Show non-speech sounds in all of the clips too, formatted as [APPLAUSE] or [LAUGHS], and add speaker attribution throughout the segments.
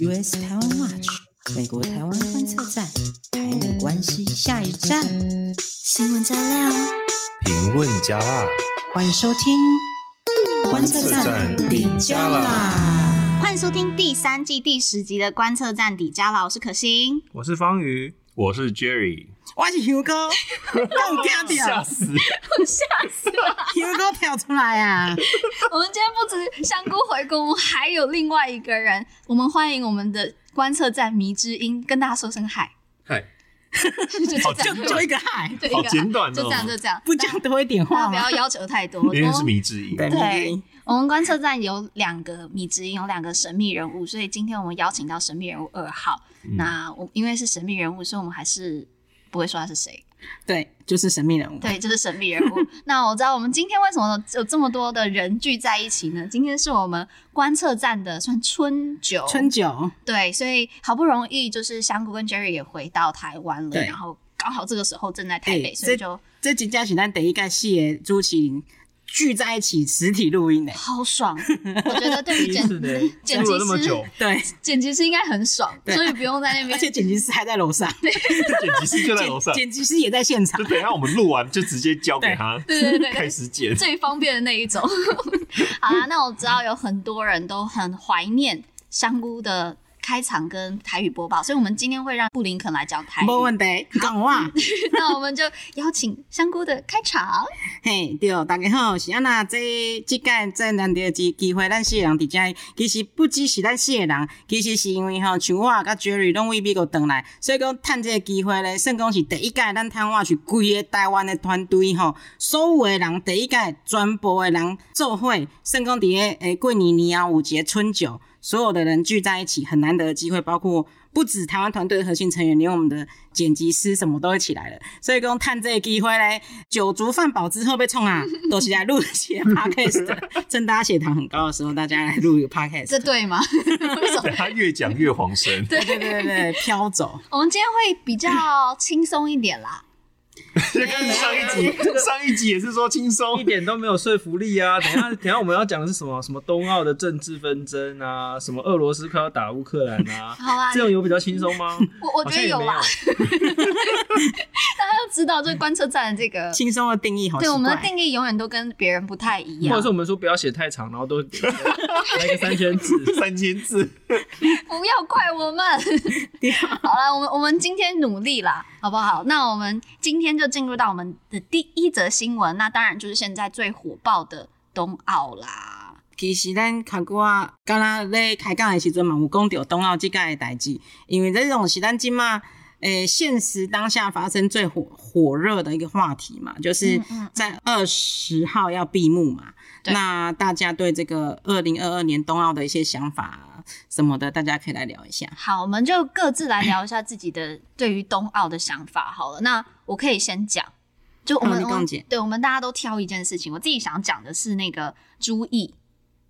Speaker 1: US 台湾 Watch 美国台湾观测站台美关系下一站，
Speaker 2: 新闻加料，
Speaker 3: 评论加辣，
Speaker 1: 欢迎收听观测站底加啦。
Speaker 2: 欢迎收听第三季第十集的观测站底加老师可心。
Speaker 4: 我是方宇，
Speaker 3: 我是 Jerry，
Speaker 1: 我是 Hugo，够跳跳
Speaker 3: 死！
Speaker 5: 我吓死了！
Speaker 1: ，Hugo 跳出来啊！
Speaker 5: [LAUGHS] 我们今天不止香菇回宫，我们还有另外一个人，我们欢迎我们的观测站迷之音，跟大家说声嗨。
Speaker 3: 嗨，
Speaker 5: [LAUGHS] 就就
Speaker 3: 好
Speaker 5: 这
Speaker 1: 就
Speaker 5: 样，
Speaker 1: 就一个嗨，
Speaker 5: 对，
Speaker 3: 好
Speaker 5: 一个
Speaker 3: 简短哦
Speaker 5: 就这样，就这样，
Speaker 1: 不讲多一点
Speaker 5: 大家
Speaker 1: 话
Speaker 5: 不
Speaker 1: 吗？
Speaker 5: 要要求太多。我
Speaker 3: 因为是
Speaker 5: 们
Speaker 3: 迷之音，
Speaker 1: 对
Speaker 5: 对，我们观测站有两个迷之音，有两个神秘人物，所以今天我们邀请到神秘人物二号。
Speaker 3: 嗯
Speaker 5: 那我因为是神秘人物，所以我们还是不会说他是谁。
Speaker 1: 对，就是神秘人物。
Speaker 5: 对，就是神秘人物。 [LAUGHS] 那我知道我们今天为什么有这么多的人聚在一起呢？今天是我们观测站的算春酒，
Speaker 1: 春酒，
Speaker 5: 对，所以好不容易就是香菇跟 Jerry 也回到台湾了，
Speaker 1: 对
Speaker 5: 然后刚好这个时候正在台
Speaker 1: 哎
Speaker 5: 北，所以
Speaker 1: 这
Speaker 5: 就
Speaker 1: 这集加起来第一个戏的朱麒麟聚在一起实体录音呢。
Speaker 5: 好爽。我觉得对于
Speaker 4: 第一
Speaker 5: 剪
Speaker 4: 次呢，
Speaker 5: 剪
Speaker 4: 录
Speaker 5: 辑
Speaker 4: 了那么
Speaker 5: 师
Speaker 4: 久，
Speaker 1: 对，
Speaker 5: 剪辑师应该很爽，
Speaker 1: 对
Speaker 5: 所以不用在那边
Speaker 1: 而且剪辑师还在楼上，
Speaker 3: 剪辑师就在楼上，
Speaker 1: 剪辑师也在现场
Speaker 3: 就。等一下我们录完就直接交给他，
Speaker 5: 对对对对
Speaker 3: 开始
Speaker 4: [LAUGHS]
Speaker 3: 剪。
Speaker 5: 最方便的那一种。 [LAUGHS] 好啦，那我知道有很多人都很怀念香菇的开场跟台语播报，所以我们今天会让布林肯来讲台语。
Speaker 1: 没问题，
Speaker 3: 啊
Speaker 1: 讲话。
Speaker 5: [LAUGHS] 那我们就邀请香菇的开场。
Speaker 1: 嘿，对，大家好，是安那这即届最难得的机机会，咱四个人伫遮，其实不只是咱四个人，其实是因为吼，像我甲 Jerry 拢为美国回来，所以讲趁这个机会咧，算讲是第一届咱探我是规个台湾的团队吼，所有的人第一届全部的人做伙，算讲伫个诶过年年啊有一个春酒，所有的人聚在一起，很难得的机会，包括。不止台湾团队的核心成员，连我们的剪辑师什么都一起来了，所以讲趁这个机会嘞，酒足饭饱之后被冲啊，都是来录写 podcast 的。趁大家血糖很高的时候，大家来录一个 podcast。
Speaker 5: 这对
Speaker 4: [LAUGHS]
Speaker 5: 吗？为什么？
Speaker 3: 他越讲越黄神，
Speaker 5: 对
Speaker 1: 对对对对，飘走。
Speaker 5: 我们今天会比较轻松一点啦。
Speaker 3: 就跟上一集，上一集也是说轻
Speaker 4: 一
Speaker 3: 松，
Speaker 4: 点都没有说服力啊！等一下，等一下我们要讲的是什么？什么冬奥的政治纷争啊？什么俄罗斯快要打乌克兰
Speaker 5: [LAUGHS]
Speaker 4: 啊？
Speaker 5: 好啊，
Speaker 4: 这种有比较轻松吗？
Speaker 5: 我我
Speaker 4: 好
Speaker 5: 觉
Speaker 4: 像
Speaker 5: 得
Speaker 4: 也没
Speaker 5: 有
Speaker 4: 有
Speaker 5: 啦。 [LAUGHS] 大家要知道，这观测站的这
Speaker 4: [LAUGHS]
Speaker 5: 个，
Speaker 1: 轻松的定义好奇
Speaker 5: 对
Speaker 1: 怪。
Speaker 5: 我们的定义永远都跟别人不太一
Speaker 4: 或
Speaker 5: 样
Speaker 4: 者是。我们说不要写太长，然后都 [LAUGHS] 来个三千字。
Speaker 3: 三千字，
Speaker 5: [LAUGHS] 不要怪我
Speaker 1: [LAUGHS]
Speaker 5: 们。
Speaker 1: 啊
Speaker 5: [LAUGHS] 好了，我们我们今天努力啦，好不好？那我们今天就进入到我们的第一则新闻，那当然就是现在最火爆的冬奥啦。
Speaker 1: 其实咱考古啊，刚刚咧开讲的时阵嘛，有讲到冬奥即届的代志，因为这种是咱今嘛，诶、现实当下发生最火火热的一个话题嘛，就是
Speaker 5: 嗯嗯嗯
Speaker 1: 在二十号要闭幕嘛。
Speaker 5: 对
Speaker 1: 那大家对这个二零二二年冬奥的一些想法什么的，大家可以来聊一下。
Speaker 5: 好，我们就各自来聊一下自己的对于冬奥的想法好了。那我可以先讲，就我
Speaker 1: 好
Speaker 5: 们
Speaker 1: 你跟
Speaker 5: 我
Speaker 1: 我
Speaker 5: 们
Speaker 1: 讲
Speaker 5: 对，我们大家都挑一件事情。我自己想讲的是那个朱毅，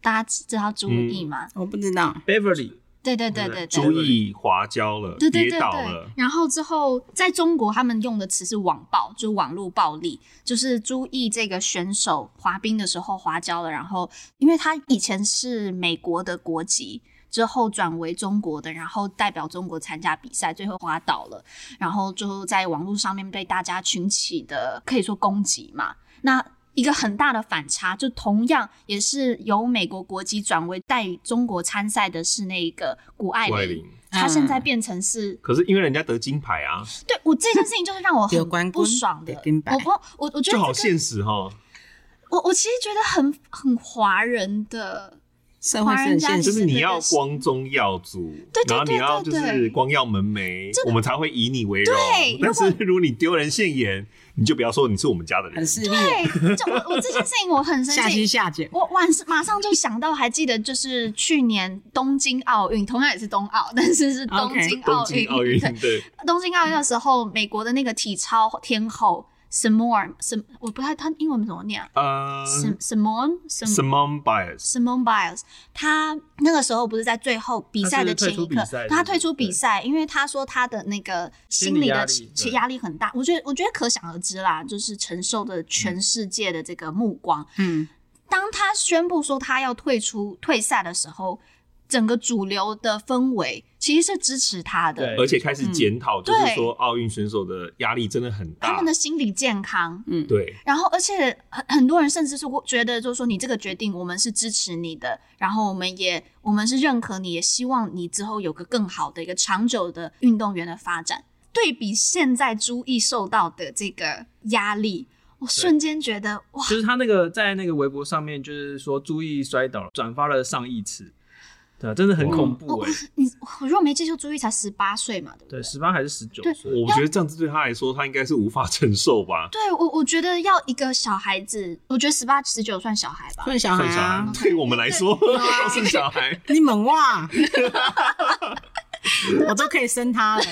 Speaker 5: 大家知道朱毅吗？
Speaker 1: 我不知道，
Speaker 4: Beverly，
Speaker 5: 对对对对对，
Speaker 3: 注意滑跤了，
Speaker 5: 对对
Speaker 3: 跌
Speaker 5: 对
Speaker 3: 倒
Speaker 5: 对
Speaker 3: 了，，
Speaker 5: 然后之后在中国，他们用的词是网暴，就是网络暴力，就是朱毅这个选手滑冰的时候滑跤了，然后因为他以前是美国的国籍。之后转为中国的，然后代表中国参加比赛，最后滑倒了，然后就在网络上面被大家群起的可以说攻击嘛。那一个很大的反差，就同样也是由美国国籍转为带中国参赛的是那一个谷爱
Speaker 3: 外
Speaker 5: 凌
Speaker 3: 灵。，
Speaker 1: 嗯
Speaker 5: 他现在变成是、
Speaker 3: 可是因为人家得金牌啊，
Speaker 5: 对我这件事情，就是让我
Speaker 1: 有关
Speaker 5: 很
Speaker 1: 公
Speaker 5: 不爽的
Speaker 1: 得跟。白
Speaker 5: 我不，我我觉
Speaker 3: 就
Speaker 5: 得
Speaker 3: 好
Speaker 5: 这个
Speaker 3: 现实哦哈，
Speaker 5: 我我其实觉得很很华人的，
Speaker 1: 社会是很现
Speaker 3: 就
Speaker 1: 实
Speaker 3: 是你要光宗耀祖，
Speaker 5: 对对对
Speaker 3: 然后你要就
Speaker 5: 对对
Speaker 3: 是光耀门楣，我们才会以你为荣
Speaker 5: 对。
Speaker 3: 但是如果你丢人现眼，你就不要说你是我们家的人
Speaker 1: 很。势利，
Speaker 5: 对，就我我这件事情我很生
Speaker 1: 嗯 [LAUGHS] 下
Speaker 5: 气
Speaker 1: 期。下节。
Speaker 5: 我晚上马上就想到，还记得就是去年东京奥运，同样也是冬奥，但是是东
Speaker 1: OK，
Speaker 5: 京
Speaker 3: 东
Speaker 5: 奥运。
Speaker 3: 京奥运
Speaker 5: 对 [LAUGHS]
Speaker 3: 对，
Speaker 5: 东京奥运的时候，美国的那个体操天后 Simone，什我不太她英文怎么念啊
Speaker 3: 呃
Speaker 5: ？Sim-？Simone Simone
Speaker 3: ，Simone Biles，
Speaker 5: Simone Biles，她那个时候不是在最后比赛的前一刻
Speaker 4: 她是退出比赛，
Speaker 5: 她退出比赛，因为她说她的那个心理的
Speaker 4: 心理压力对
Speaker 5: 压力很大。我觉得，我觉得可想而知啦，就是承受
Speaker 4: 嗯
Speaker 5: 的全世界的这个目光。
Speaker 1: 嗯，
Speaker 5: 当她宣布说她要退出退赛的时候，整个主流的氛围其实是支持他的
Speaker 4: 对，
Speaker 6: 而且开始检讨，就是
Speaker 5: 嗯对
Speaker 6: 说奥运选手的压力真的很
Speaker 5: 他
Speaker 6: 大
Speaker 5: 们的。心理健康。
Speaker 1: 嗯，
Speaker 6: 对，
Speaker 5: 然后，而且很很多人甚至是会觉得，就是说你这个决定，我们是支持你的，然后我们也我们是认可你，也希望你之后有个更好的一个长久的运动员的发展。对比现在朱毅受到的这个压力，我瞬间觉得哇，
Speaker 4: 就是他那个在那个微博上面，就是说朱毅摔倒了，转发了上亿次，对啊，真的很恐怖
Speaker 5: 哇
Speaker 4: 哎、
Speaker 5: 你我如果没记错，朱毅才十八岁嘛，对不
Speaker 4: 对，十八还是十九
Speaker 5: 对
Speaker 4: 岁？
Speaker 6: 我觉得这样子对他来说，他应该是无法承受吧。
Speaker 5: 对我，我觉得要一个小孩子，我觉得十八、十九算小孩吧。
Speaker 1: 算小孩
Speaker 6: 算小孩
Speaker 1: 啊，，
Speaker 6: 对我们来说 [LAUGHS] 都是小孩，
Speaker 1: 你猛哇， [LAUGHS] 我都可以生他了。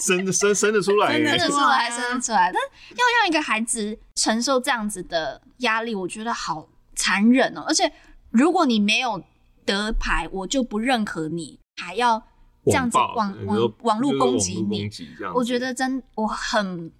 Speaker 6: 生的生生得出来
Speaker 1: 真的
Speaker 6: 欸
Speaker 5: 生得出
Speaker 1: 对啊
Speaker 5: 来，生得出来，但要让一个孩子承受这样子的压力，我觉得好残忍哦。而且如果你没有得牌，我就不认可你，还要这样子
Speaker 6: 网暴
Speaker 5: 网
Speaker 6: 就是
Speaker 5: 网网络
Speaker 6: 就是
Speaker 5: 攻击
Speaker 6: 网络
Speaker 5: 你
Speaker 6: 攻，击这样子。
Speaker 5: 我觉得真我很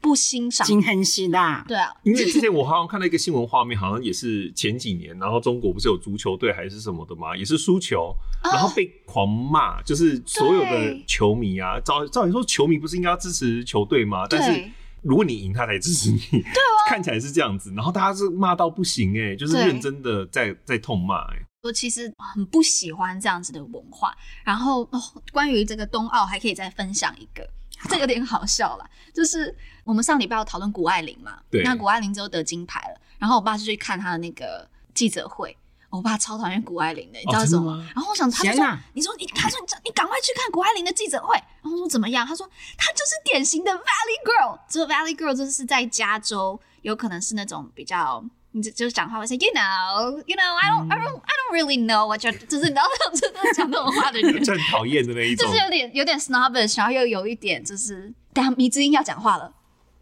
Speaker 5: 不欣赏。
Speaker 1: 金恒熙啦，
Speaker 5: 对啊，
Speaker 6: 因为之前我好像看到一个新闻画面，好像也是前几年，然后中国不是有足球队还是什么的嘛，也是输球，然
Speaker 5: 哦
Speaker 6: 后被狂骂，就是所有的
Speaker 5: 对
Speaker 6: 球迷啊，照照理说球迷不是应该要支持球队吗？但是
Speaker 5: 对
Speaker 6: 如果你赢，他才支持你，对、看起来是这样子，然后大家是骂到不行哎、就是
Speaker 5: 对
Speaker 6: 认真的在在痛骂哎、
Speaker 5: 我其实很不喜欢这样子的文化。然后，哦、关于这个冬奥，还可以再分享一个，这有点好笑啦，就是我们上礼拜有讨论谷爱凌嘛，
Speaker 6: 对，
Speaker 5: 那谷爱凌之后得金牌了，然后我爸就去看她的那个记者会。我爸超讨厌谷爱凌哦的，你知道为什么吗？然后我想，他就
Speaker 1: 天
Speaker 5: 说
Speaker 1: 哪：“
Speaker 5: 你说你，他说你你赶快去看谷爱凌的记者会。”然后我说：“怎么样？”他说：“她就是典型的 Valley Girl。”这个 Valley Girl 就是在加州，有可能是那种比较，你就就讲话会说，you know，you know，I don't I don't I don't really know what you，就是你 [LAUGHS] 知道那种真的讲那种话的人
Speaker 6: 就很讨厌的那一
Speaker 5: 就
Speaker 6: 种
Speaker 5: 是。有点有点 snobbish，然后又有一点就是，等下迷之音要讲话了，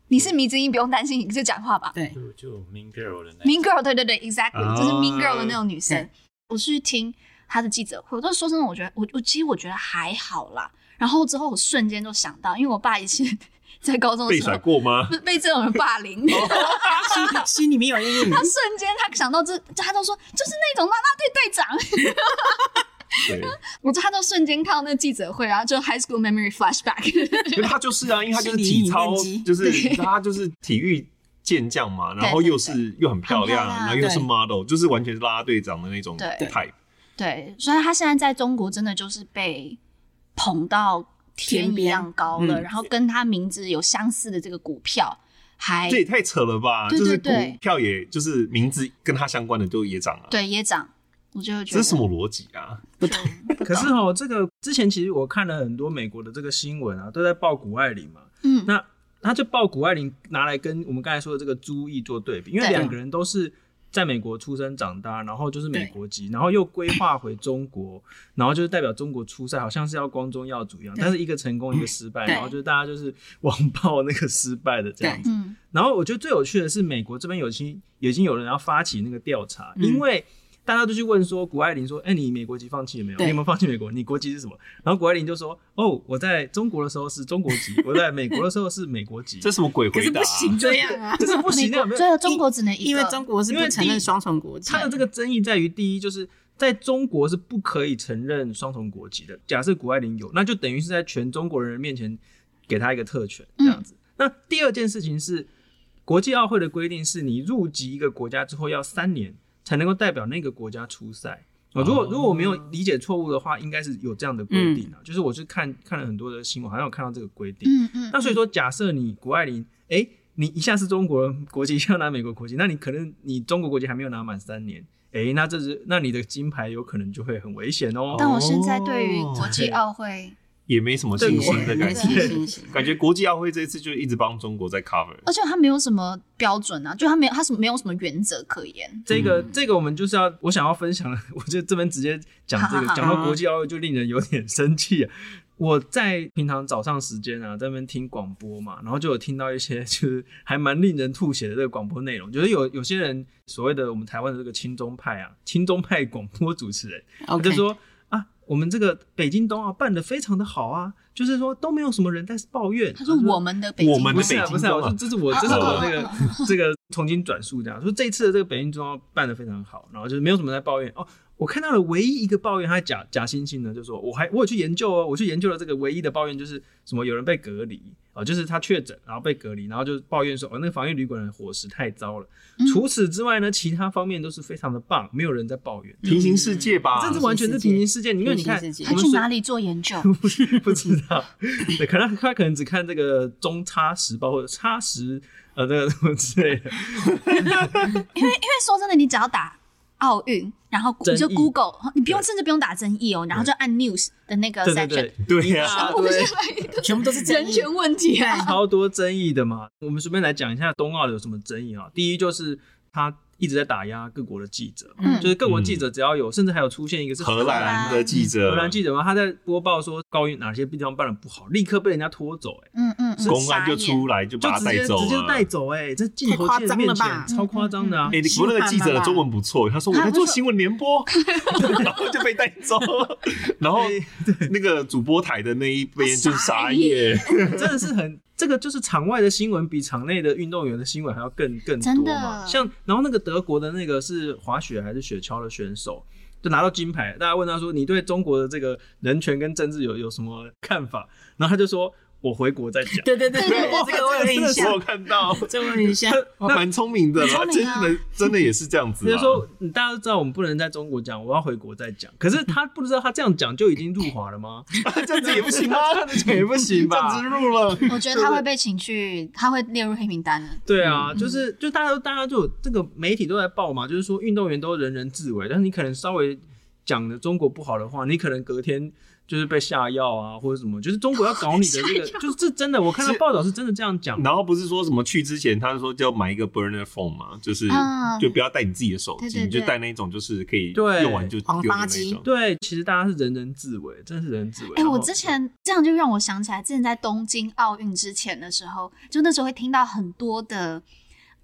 Speaker 5: 你是迷之音，不用担心，你就讲话吧。
Speaker 1: 对，
Speaker 3: 就就 Mean Girl 的那
Speaker 5: Mean Girl，对对对，exactly，、
Speaker 6: 啊嗯
Speaker 5: 就是 Mean Girl 的那种女生
Speaker 1: 对。
Speaker 5: 我是去听她的记者会，我就说真的，我觉得我我其实我觉得还好啦。然后之后我瞬间就想到，因为我爸以前 [LAUGHS] 在高中的
Speaker 6: 被
Speaker 5: 时候
Speaker 6: 甩哦过吗？
Speaker 5: 被被这种人霸凌， [LAUGHS]
Speaker 1: 心心里面有阴影
Speaker 5: 他。瞬间他想到这，他就说就是那种啦啦队队长，
Speaker 6: 对，
Speaker 5: 我就他就瞬间看到那记者会，然后就 High School Memory Flashback， [LAUGHS]
Speaker 6: 因为他就是啊，因为他就是
Speaker 1: 心理
Speaker 6: 体操
Speaker 1: 面积，
Speaker 6: 就是他就是体育健将嘛，然后又是又很漂亮，
Speaker 5: 很漂亮
Speaker 6: 然后又是 model，就是完全是啦啦队长的那种
Speaker 5: 对
Speaker 6: type。
Speaker 5: 对，所以他现在在中国真的就是被捧到天一样高
Speaker 1: 天
Speaker 5: 了，
Speaker 1: 边嗯
Speaker 5: 然后跟他名字有相似的这个股票还
Speaker 6: 这也太扯了吧！
Speaker 5: 对对
Speaker 6: 就是
Speaker 5: 对
Speaker 6: 股票也，就是名字跟他相关的都也涨了、啊，
Speaker 5: 对也涨，我就觉
Speaker 6: 这
Speaker 5: 得
Speaker 6: 是什么逻辑啊？
Speaker 4: 可是哦，这个之前其实我看了很多美国的这个新闻啊，都在报谷爱凌嘛。
Speaker 5: 嗯，
Speaker 4: 那他就报谷爱凌拿来跟我们刚才说的这个朱毅做对比，因为
Speaker 5: 对
Speaker 4: 两个人都是在美国出生长大，然后就是美国籍，然后又规划回中国，然后就是代表中国出赛，好像是要光宗耀祖一样，
Speaker 1: 对
Speaker 4: 但是一个成功一个失败，
Speaker 1: 对
Speaker 4: 然后就是大家就是网暴那个失败的这样子。
Speaker 5: 嗯
Speaker 4: 然后我觉得最有趣的是，美国这边有些已经有人要发起那个调查，
Speaker 1: 嗯
Speaker 4: 因为大家都去问说，谷爱凌说：“哎、你美国籍放弃了没有？你
Speaker 1: 对
Speaker 4: 有没有放弃美国？你国籍是什么？”然后谷爱凌就说：“哦，我在中国的时候是中国籍，我在美国的时候是美
Speaker 1: [LAUGHS]
Speaker 4: 国籍。”
Speaker 6: 这什么鬼
Speaker 1: 可
Speaker 6: 回
Speaker 1: 是
Speaker 6: 答、
Speaker 1: 不
Speaker 6: 啊？
Speaker 1: 行这样啊，
Speaker 4: 这是不
Speaker 1: [LAUGHS]
Speaker 4: 行的，没
Speaker 5: 美国
Speaker 4: 有
Speaker 5: 最后中国只能一个，
Speaker 1: 因为中国是不承认双重国籍
Speaker 4: 他。的这个争议在于，第一就是在中国是不可以承认双重国籍的。假设谷爱凌有，那就等于是在全中国人面前给他一个特权这样子。那第二件事情是，国际奥会的规定是你入籍一个国家之后要三年才能够代表那个国家出赛。哦，如果如果我没有理解错误的话，应该是有这样的规定啊。就是我是看看了很多的新闻，好像有看到这个规定。
Speaker 5: 嗯嗯，
Speaker 4: 那所以说，假设你谷爱凌，哎、你一下是中国人国籍，一下拿美国国籍，那你可能你中国国籍还没有拿满三年，哎、那这是那你的金牌有可能就会很危险哦。
Speaker 5: 但我现在对于国际奥会，
Speaker 6: 也没什么信心的感
Speaker 1: 没信
Speaker 6: 觉，
Speaker 1: 心心
Speaker 6: 感觉国际奥会这次就一直帮中国在 cover。
Speaker 5: 而且他没有什么标准啊，就他没有他什么没有什么原则可言。
Speaker 4: 这个、这个我们就是要，我想要分享的，我就这边直接讲这
Speaker 5: 好
Speaker 4: 个
Speaker 5: 好，好
Speaker 4: 讲到国际奥会就令人有点 [LAUGHS] 生气啊。我在平常早上时间啊，在那边听广播嘛，然后就有听到一些就是还蛮令人吐血的这个广播内容，就是有有些人所谓的我们台湾的这个亲中派啊，亲中派广播主持人，他
Speaker 1: OK，
Speaker 4: 就说啊，我们这个北京冬奥办的非常的好啊，就是说都没有什么人在抱怨。
Speaker 5: 他说我们的北京，
Speaker 6: 我们的
Speaker 4: 不是啊，
Speaker 6: 北京
Speaker 4: 不是啊，
Speaker 6: 冬奥
Speaker 5: [LAUGHS]
Speaker 4: 我是这是我这是我这个这个重新转述这样说，这一次的这个北京冬奥办得非常好，然后就是没有什么在抱怨哦。我看到了唯一一个抱怨，他假假惺惺的就说，我还我有去研究哦，我去研究了这个唯一的抱怨就是什么有人被隔离啊、哦就是他确诊然后被隔离，然后就抱怨说哦那个防疫旅馆的伙食太糟了。
Speaker 5: 嗯
Speaker 4: 除此之外呢，其他方面都是非常的棒，没有人在抱怨。
Speaker 6: 平行世界吧，
Speaker 4: 这是完全是平行世界，因为你看
Speaker 1: 啊平行世界
Speaker 4: 我
Speaker 5: 他
Speaker 4: 们
Speaker 5: 去
Speaker 4: 随
Speaker 5: 哪里做研究？
Speaker 4: [LAUGHS] 不是不知道， [LAUGHS] 对，可能他可能只看这个中差时报或者差时呃那个什么之类的，
Speaker 5: 因为因为说真的，你只要打奥运，然后
Speaker 4: 争
Speaker 5: 你
Speaker 4: 议
Speaker 5: 就 Google，你不用
Speaker 4: 对
Speaker 5: 甚至不用打争议哦，然后就按 news 的那
Speaker 1: 呃
Speaker 5: 个
Speaker 4: 对对
Speaker 5: section，
Speaker 4: 对，
Speaker 6: 对啊，
Speaker 5: 全部是
Speaker 1: 全部都是争
Speaker 5: 人
Speaker 1: 议
Speaker 5: 权问题啊。
Speaker 4: 超多争议的嘛。我们随便来讲一下冬奥有什么争议啊？第一就是他一直在打压各国的记者嘛，
Speaker 5: 嗯
Speaker 4: 就是各国记者只要有，甚至还有出现一个是
Speaker 6: 荷兰的记者，
Speaker 4: 荷兰记者嘛，他在播报说高于哪些地方办的不好，立刻被人家拖走、欸，
Speaker 5: 嗯嗯，嗯
Speaker 6: 公安就
Speaker 5: 傻眼
Speaker 6: 出来就
Speaker 4: 就
Speaker 6: 把
Speaker 4: 直
Speaker 6: 他
Speaker 4: 接
Speaker 6: 带走
Speaker 4: 直接
Speaker 6: 了。
Speaker 4: 带走、欸，哎，在镜头
Speaker 1: 太夸
Speaker 4: 前
Speaker 1: 张
Speaker 4: 面
Speaker 1: 了
Speaker 4: 前
Speaker 1: 吧嗯
Speaker 4: 超夸张的啊！
Speaker 6: 哎，你不过那个记者的中文不错，他说我在做新闻联播， [LAUGHS] 然后就被带 [LAUGHS] 走，然后那个主播台的那一边就傻眼， [LAUGHS]
Speaker 4: 真的是很，这个就是场外的新闻比场内的运动员的新闻还要更更
Speaker 5: 真
Speaker 4: 多
Speaker 5: 的
Speaker 4: 嘛。像然后那个德国的那个是滑雪还是雪橇的选手，就拿到金牌，大家问他说你对中国的这个人权跟政治有有什么看法？然后他就说我回
Speaker 5: [LAUGHS]
Speaker 4: 国再讲。
Speaker 1: 对对对对对，这个我有印
Speaker 6: 我
Speaker 1: 象
Speaker 6: 有，看到，
Speaker 1: 这个我有印象。
Speaker 6: 蛮聪明的啦，真的真的也是这样子
Speaker 4: 比如
Speaker 6: 啦。 [LAUGHS]
Speaker 4: 说，大家都知道我们不能在中国讲，我要回国再讲。可是他不知道他这样讲就已经入华了吗？
Speaker 6: [LAUGHS] 这样子也不行啊，
Speaker 4: 也不行
Speaker 6: 这样
Speaker 4: 吧
Speaker 6: 子？入了，
Speaker 5: 我觉得他会被请去，他会列入黑名单的。
Speaker 4: 对啊，就是就大家都大家就有这个媒体都在报嘛，就是说运动员都人人自危，但是你可能稍微讲的中国不好的话，你可能隔天就是被下药啊或者什么，就是中国要搞你的这个，就是这真的，我看到报道是真的这样讲。
Speaker 6: 然后不是说什么去之前，他说就要买一个 burner phone 嘛，就是
Speaker 5: 嗯
Speaker 6: 就不要带你自己的手
Speaker 5: 对
Speaker 6: 机，
Speaker 5: 对
Speaker 6: 你就
Speaker 5: 对
Speaker 6: 带那种就是可以
Speaker 4: 对
Speaker 6: 用完就丢
Speaker 1: 黄
Speaker 6: 的
Speaker 1: 八
Speaker 6: 那
Speaker 1: 机
Speaker 6: 种。
Speaker 4: 对，其实大家是人人自危，真的是人人自危。
Speaker 5: 哎、我
Speaker 4: 然后
Speaker 5: 之前这样就让我想起来，之前在东京奥运之前的时候，就那时候会听到很多的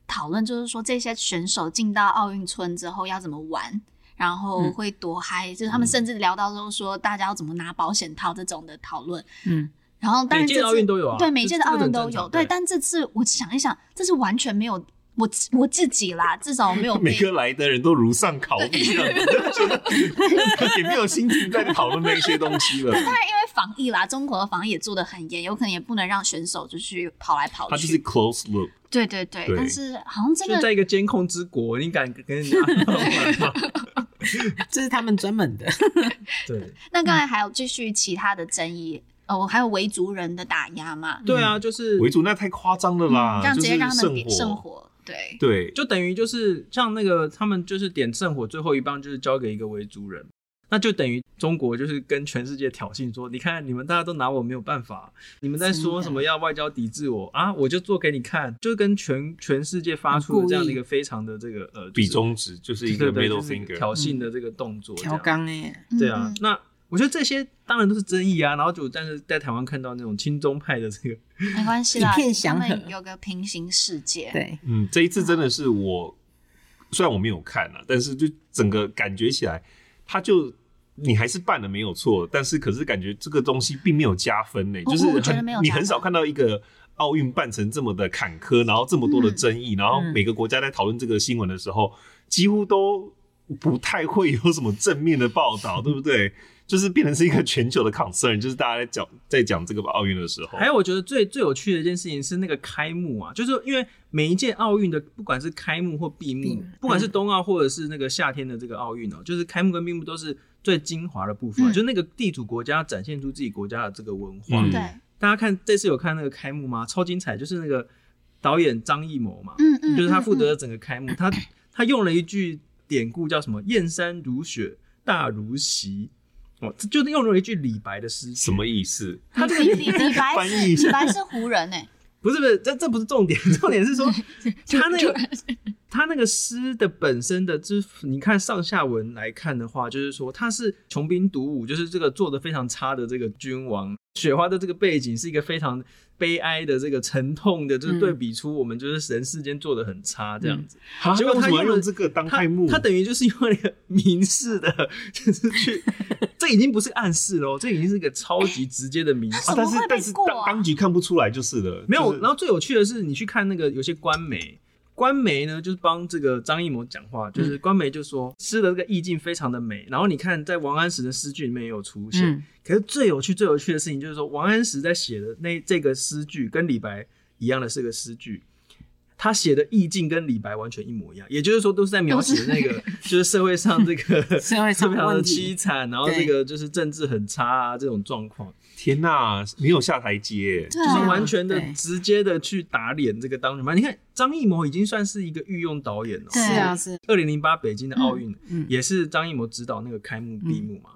Speaker 5: 讨论，就是说这些选手进到奥运村之后要怎么玩，然后
Speaker 1: 嗯
Speaker 5: 会多嗨、就是
Speaker 4: 嗯
Speaker 5: 他们甚至聊到说说大家要怎么拿保险套这种的讨论。
Speaker 1: 嗯，
Speaker 5: 然后当然
Speaker 4: 每
Speaker 5: 这
Speaker 4: 届
Speaker 5: 次
Speaker 4: 奥运都有啊
Speaker 5: 对每届的
Speaker 4: 这这
Speaker 5: 奥
Speaker 4: 个
Speaker 5: 运
Speaker 4: 很
Speaker 5: 都
Speaker 4: 正
Speaker 5: 有，
Speaker 4: 常
Speaker 5: 对，
Speaker 4: 对
Speaker 5: 但这次我想一想，这是完全没有我自我自己啦，至少我没有被
Speaker 6: 哦每个来的人都如上考比一样， [LAUGHS] 觉得也没有心情再讨论那些东西了。
Speaker 5: 因为防疫啦，中国的防疫也做得很严，有可能也不能让选手就去跑来跑
Speaker 6: 他就
Speaker 5: 去。
Speaker 6: 是 close loop，
Speaker 5: 对对对，
Speaker 6: 对
Speaker 5: 但是好像这
Speaker 4: 就
Speaker 5: 个
Speaker 4: 在一个监控之国，你敢跟人家玩吗？
Speaker 1: 这是他们专门的，
Speaker 4: 对
Speaker 5: 那
Speaker 1: 嗯
Speaker 5: 刚才还有继续其他的争议，哦，还有维族人的打压嘛，
Speaker 4: 对啊，就是
Speaker 6: 维族那太夸张了啦，
Speaker 5: 嗯这样直接让他们
Speaker 6: 就是
Speaker 5: 点
Speaker 6: 圣
Speaker 5: 圣
Speaker 6: 火，
Speaker 5: 火，对，
Speaker 6: 对，
Speaker 4: 就等于就是像那个他们就是点圣火，最后一棒就是交给一个维族人，那就等于中国就是跟全世界挑衅说，你看你们大家都拿我没有办法，你们在说什么要外交抵制我啊，我就做给你看，就跟全全世界发出了这样的一个非常的这个呃
Speaker 6: 比中指就是
Speaker 4: 就是
Speaker 6: 一个
Speaker 4: 对对
Speaker 6: middle
Speaker 4: 就是
Speaker 6: finger，
Speaker 4: 挑衅的这个动作，
Speaker 1: 调
Speaker 4: 这样
Speaker 1: 岗哎，
Speaker 4: 对啊
Speaker 5: 嗯，
Speaker 4: 那。我觉得这些当然都是争议啊，然后就但是在台湾看到那种亲中派的这个，
Speaker 5: 嗯没关系啦，
Speaker 1: 一片祥和
Speaker 5: 他们有个平行世界，
Speaker 1: 对，
Speaker 6: 嗯，这一次真的是我，虽然我没有看啊，但是就整个感觉起来，他就你还是办的没有错，但是可是感觉这个东西并没有加分呢、
Speaker 5: 我
Speaker 6: 就是
Speaker 5: 我觉得
Speaker 6: 很
Speaker 5: 没有
Speaker 6: 你
Speaker 5: 加
Speaker 6: 很少
Speaker 5: 分
Speaker 6: 看到一个。奥运办成这么的坎坷，然后这么多
Speaker 5: 嗯
Speaker 6: 的争议，然后每个国家在讨论这个新闻的时候，几乎都不太会有什么正面的报道，对不对？就是变成是一个全球的 concern，就是大家在讲在讲这个奥运的时
Speaker 5: 哦
Speaker 6: 候，
Speaker 4: 还有我觉得最最有趣的一件事情是那个开幕啊，就是因为每一届奥运的不管是开幕或闭
Speaker 1: 闭
Speaker 4: 幕
Speaker 1: 幕，
Speaker 4: 不管是冬奥或者是那个夏天的这个奥运哦，就是开幕跟闭幕都是最精华的部分啊，
Speaker 5: 嗯
Speaker 4: 就是那个地主国家展现出自己国家的这个文化。
Speaker 6: 嗯
Speaker 5: 对，
Speaker 4: 大家看这次有看那个开幕吗？超精彩，就是那个导演张艺谋嘛，
Speaker 5: 嗯嗯，
Speaker 4: 就是他
Speaker 5: 嗯
Speaker 4: 负责整个开幕，他他用了一句典故叫什么“ [LAUGHS] 燕山如雪，大如席”，哦，这就是用了一句李白的诗句
Speaker 6: 什么意思？
Speaker 5: 嗯李李李白
Speaker 6: 翻
Speaker 5: 是
Speaker 6: 译
Speaker 5: 李白是胡人哎，
Speaker 4: 不是不是，这这不是重点， [LAUGHS] 重点是说他那个他那个诗的本身的，就是你看上下文来看的话，就是说他是穷兵黩武，就是这个做的非常差的这个君王。雪花的这个背景是一个非常悲哀的、这个沉痛的，就是对比出我们就是人世间做的很差这样子。
Speaker 6: 啊
Speaker 4: 结果
Speaker 6: 为
Speaker 4: 他
Speaker 6: 什么
Speaker 4: 用
Speaker 6: 要
Speaker 4: 了
Speaker 6: 用这个当
Speaker 4: 他
Speaker 6: 开幕？
Speaker 4: 他等于就是用那个明示的，就是去， [LAUGHS] 这已经不是暗示喽，这已经是一个超级直接的明示
Speaker 5: 怎
Speaker 6: 啊，
Speaker 5: 么
Speaker 6: 但是
Speaker 5: 会被
Speaker 6: 但是
Speaker 5: 过
Speaker 6: 当
Speaker 5: 啊
Speaker 6: 当局看不出来就是了，
Speaker 4: 没有，
Speaker 6: 就是
Speaker 4: 然后最有趣的是，你去看那个有些官媒，官媒呢，就是帮这个张艺谋讲话，就是官媒就说诗的这个意境非常的美，然后你看在王安石的诗句里面也有出现，
Speaker 1: 嗯
Speaker 4: 可是最有趣、最有趣的事情就是说，王安石在写的那这个诗句跟李白一样的是个诗句，他写的意境跟李白完全一模一样，也就是说都是在描写那个就是社会上这个
Speaker 1: [LAUGHS] 社会上
Speaker 4: [LAUGHS]
Speaker 1: 的
Speaker 4: 非常的
Speaker 1: 问题
Speaker 4: 凄惨，然后这个就是政治很差啊这种状况，
Speaker 6: 天呐，没有下台阶，
Speaker 5: 对
Speaker 4: 就是
Speaker 5: 啊
Speaker 4: 完全
Speaker 1: 嗯
Speaker 4: 的
Speaker 1: 对
Speaker 4: 直接的去打脸这个当权派。你看张艺谋已经算是一个御用导演了，
Speaker 5: 对
Speaker 1: 是啊，是，
Speaker 4: 二零零八北京的奥运、
Speaker 1: 嗯嗯
Speaker 4: 也是张艺谋指导那个开幕闭幕嘛。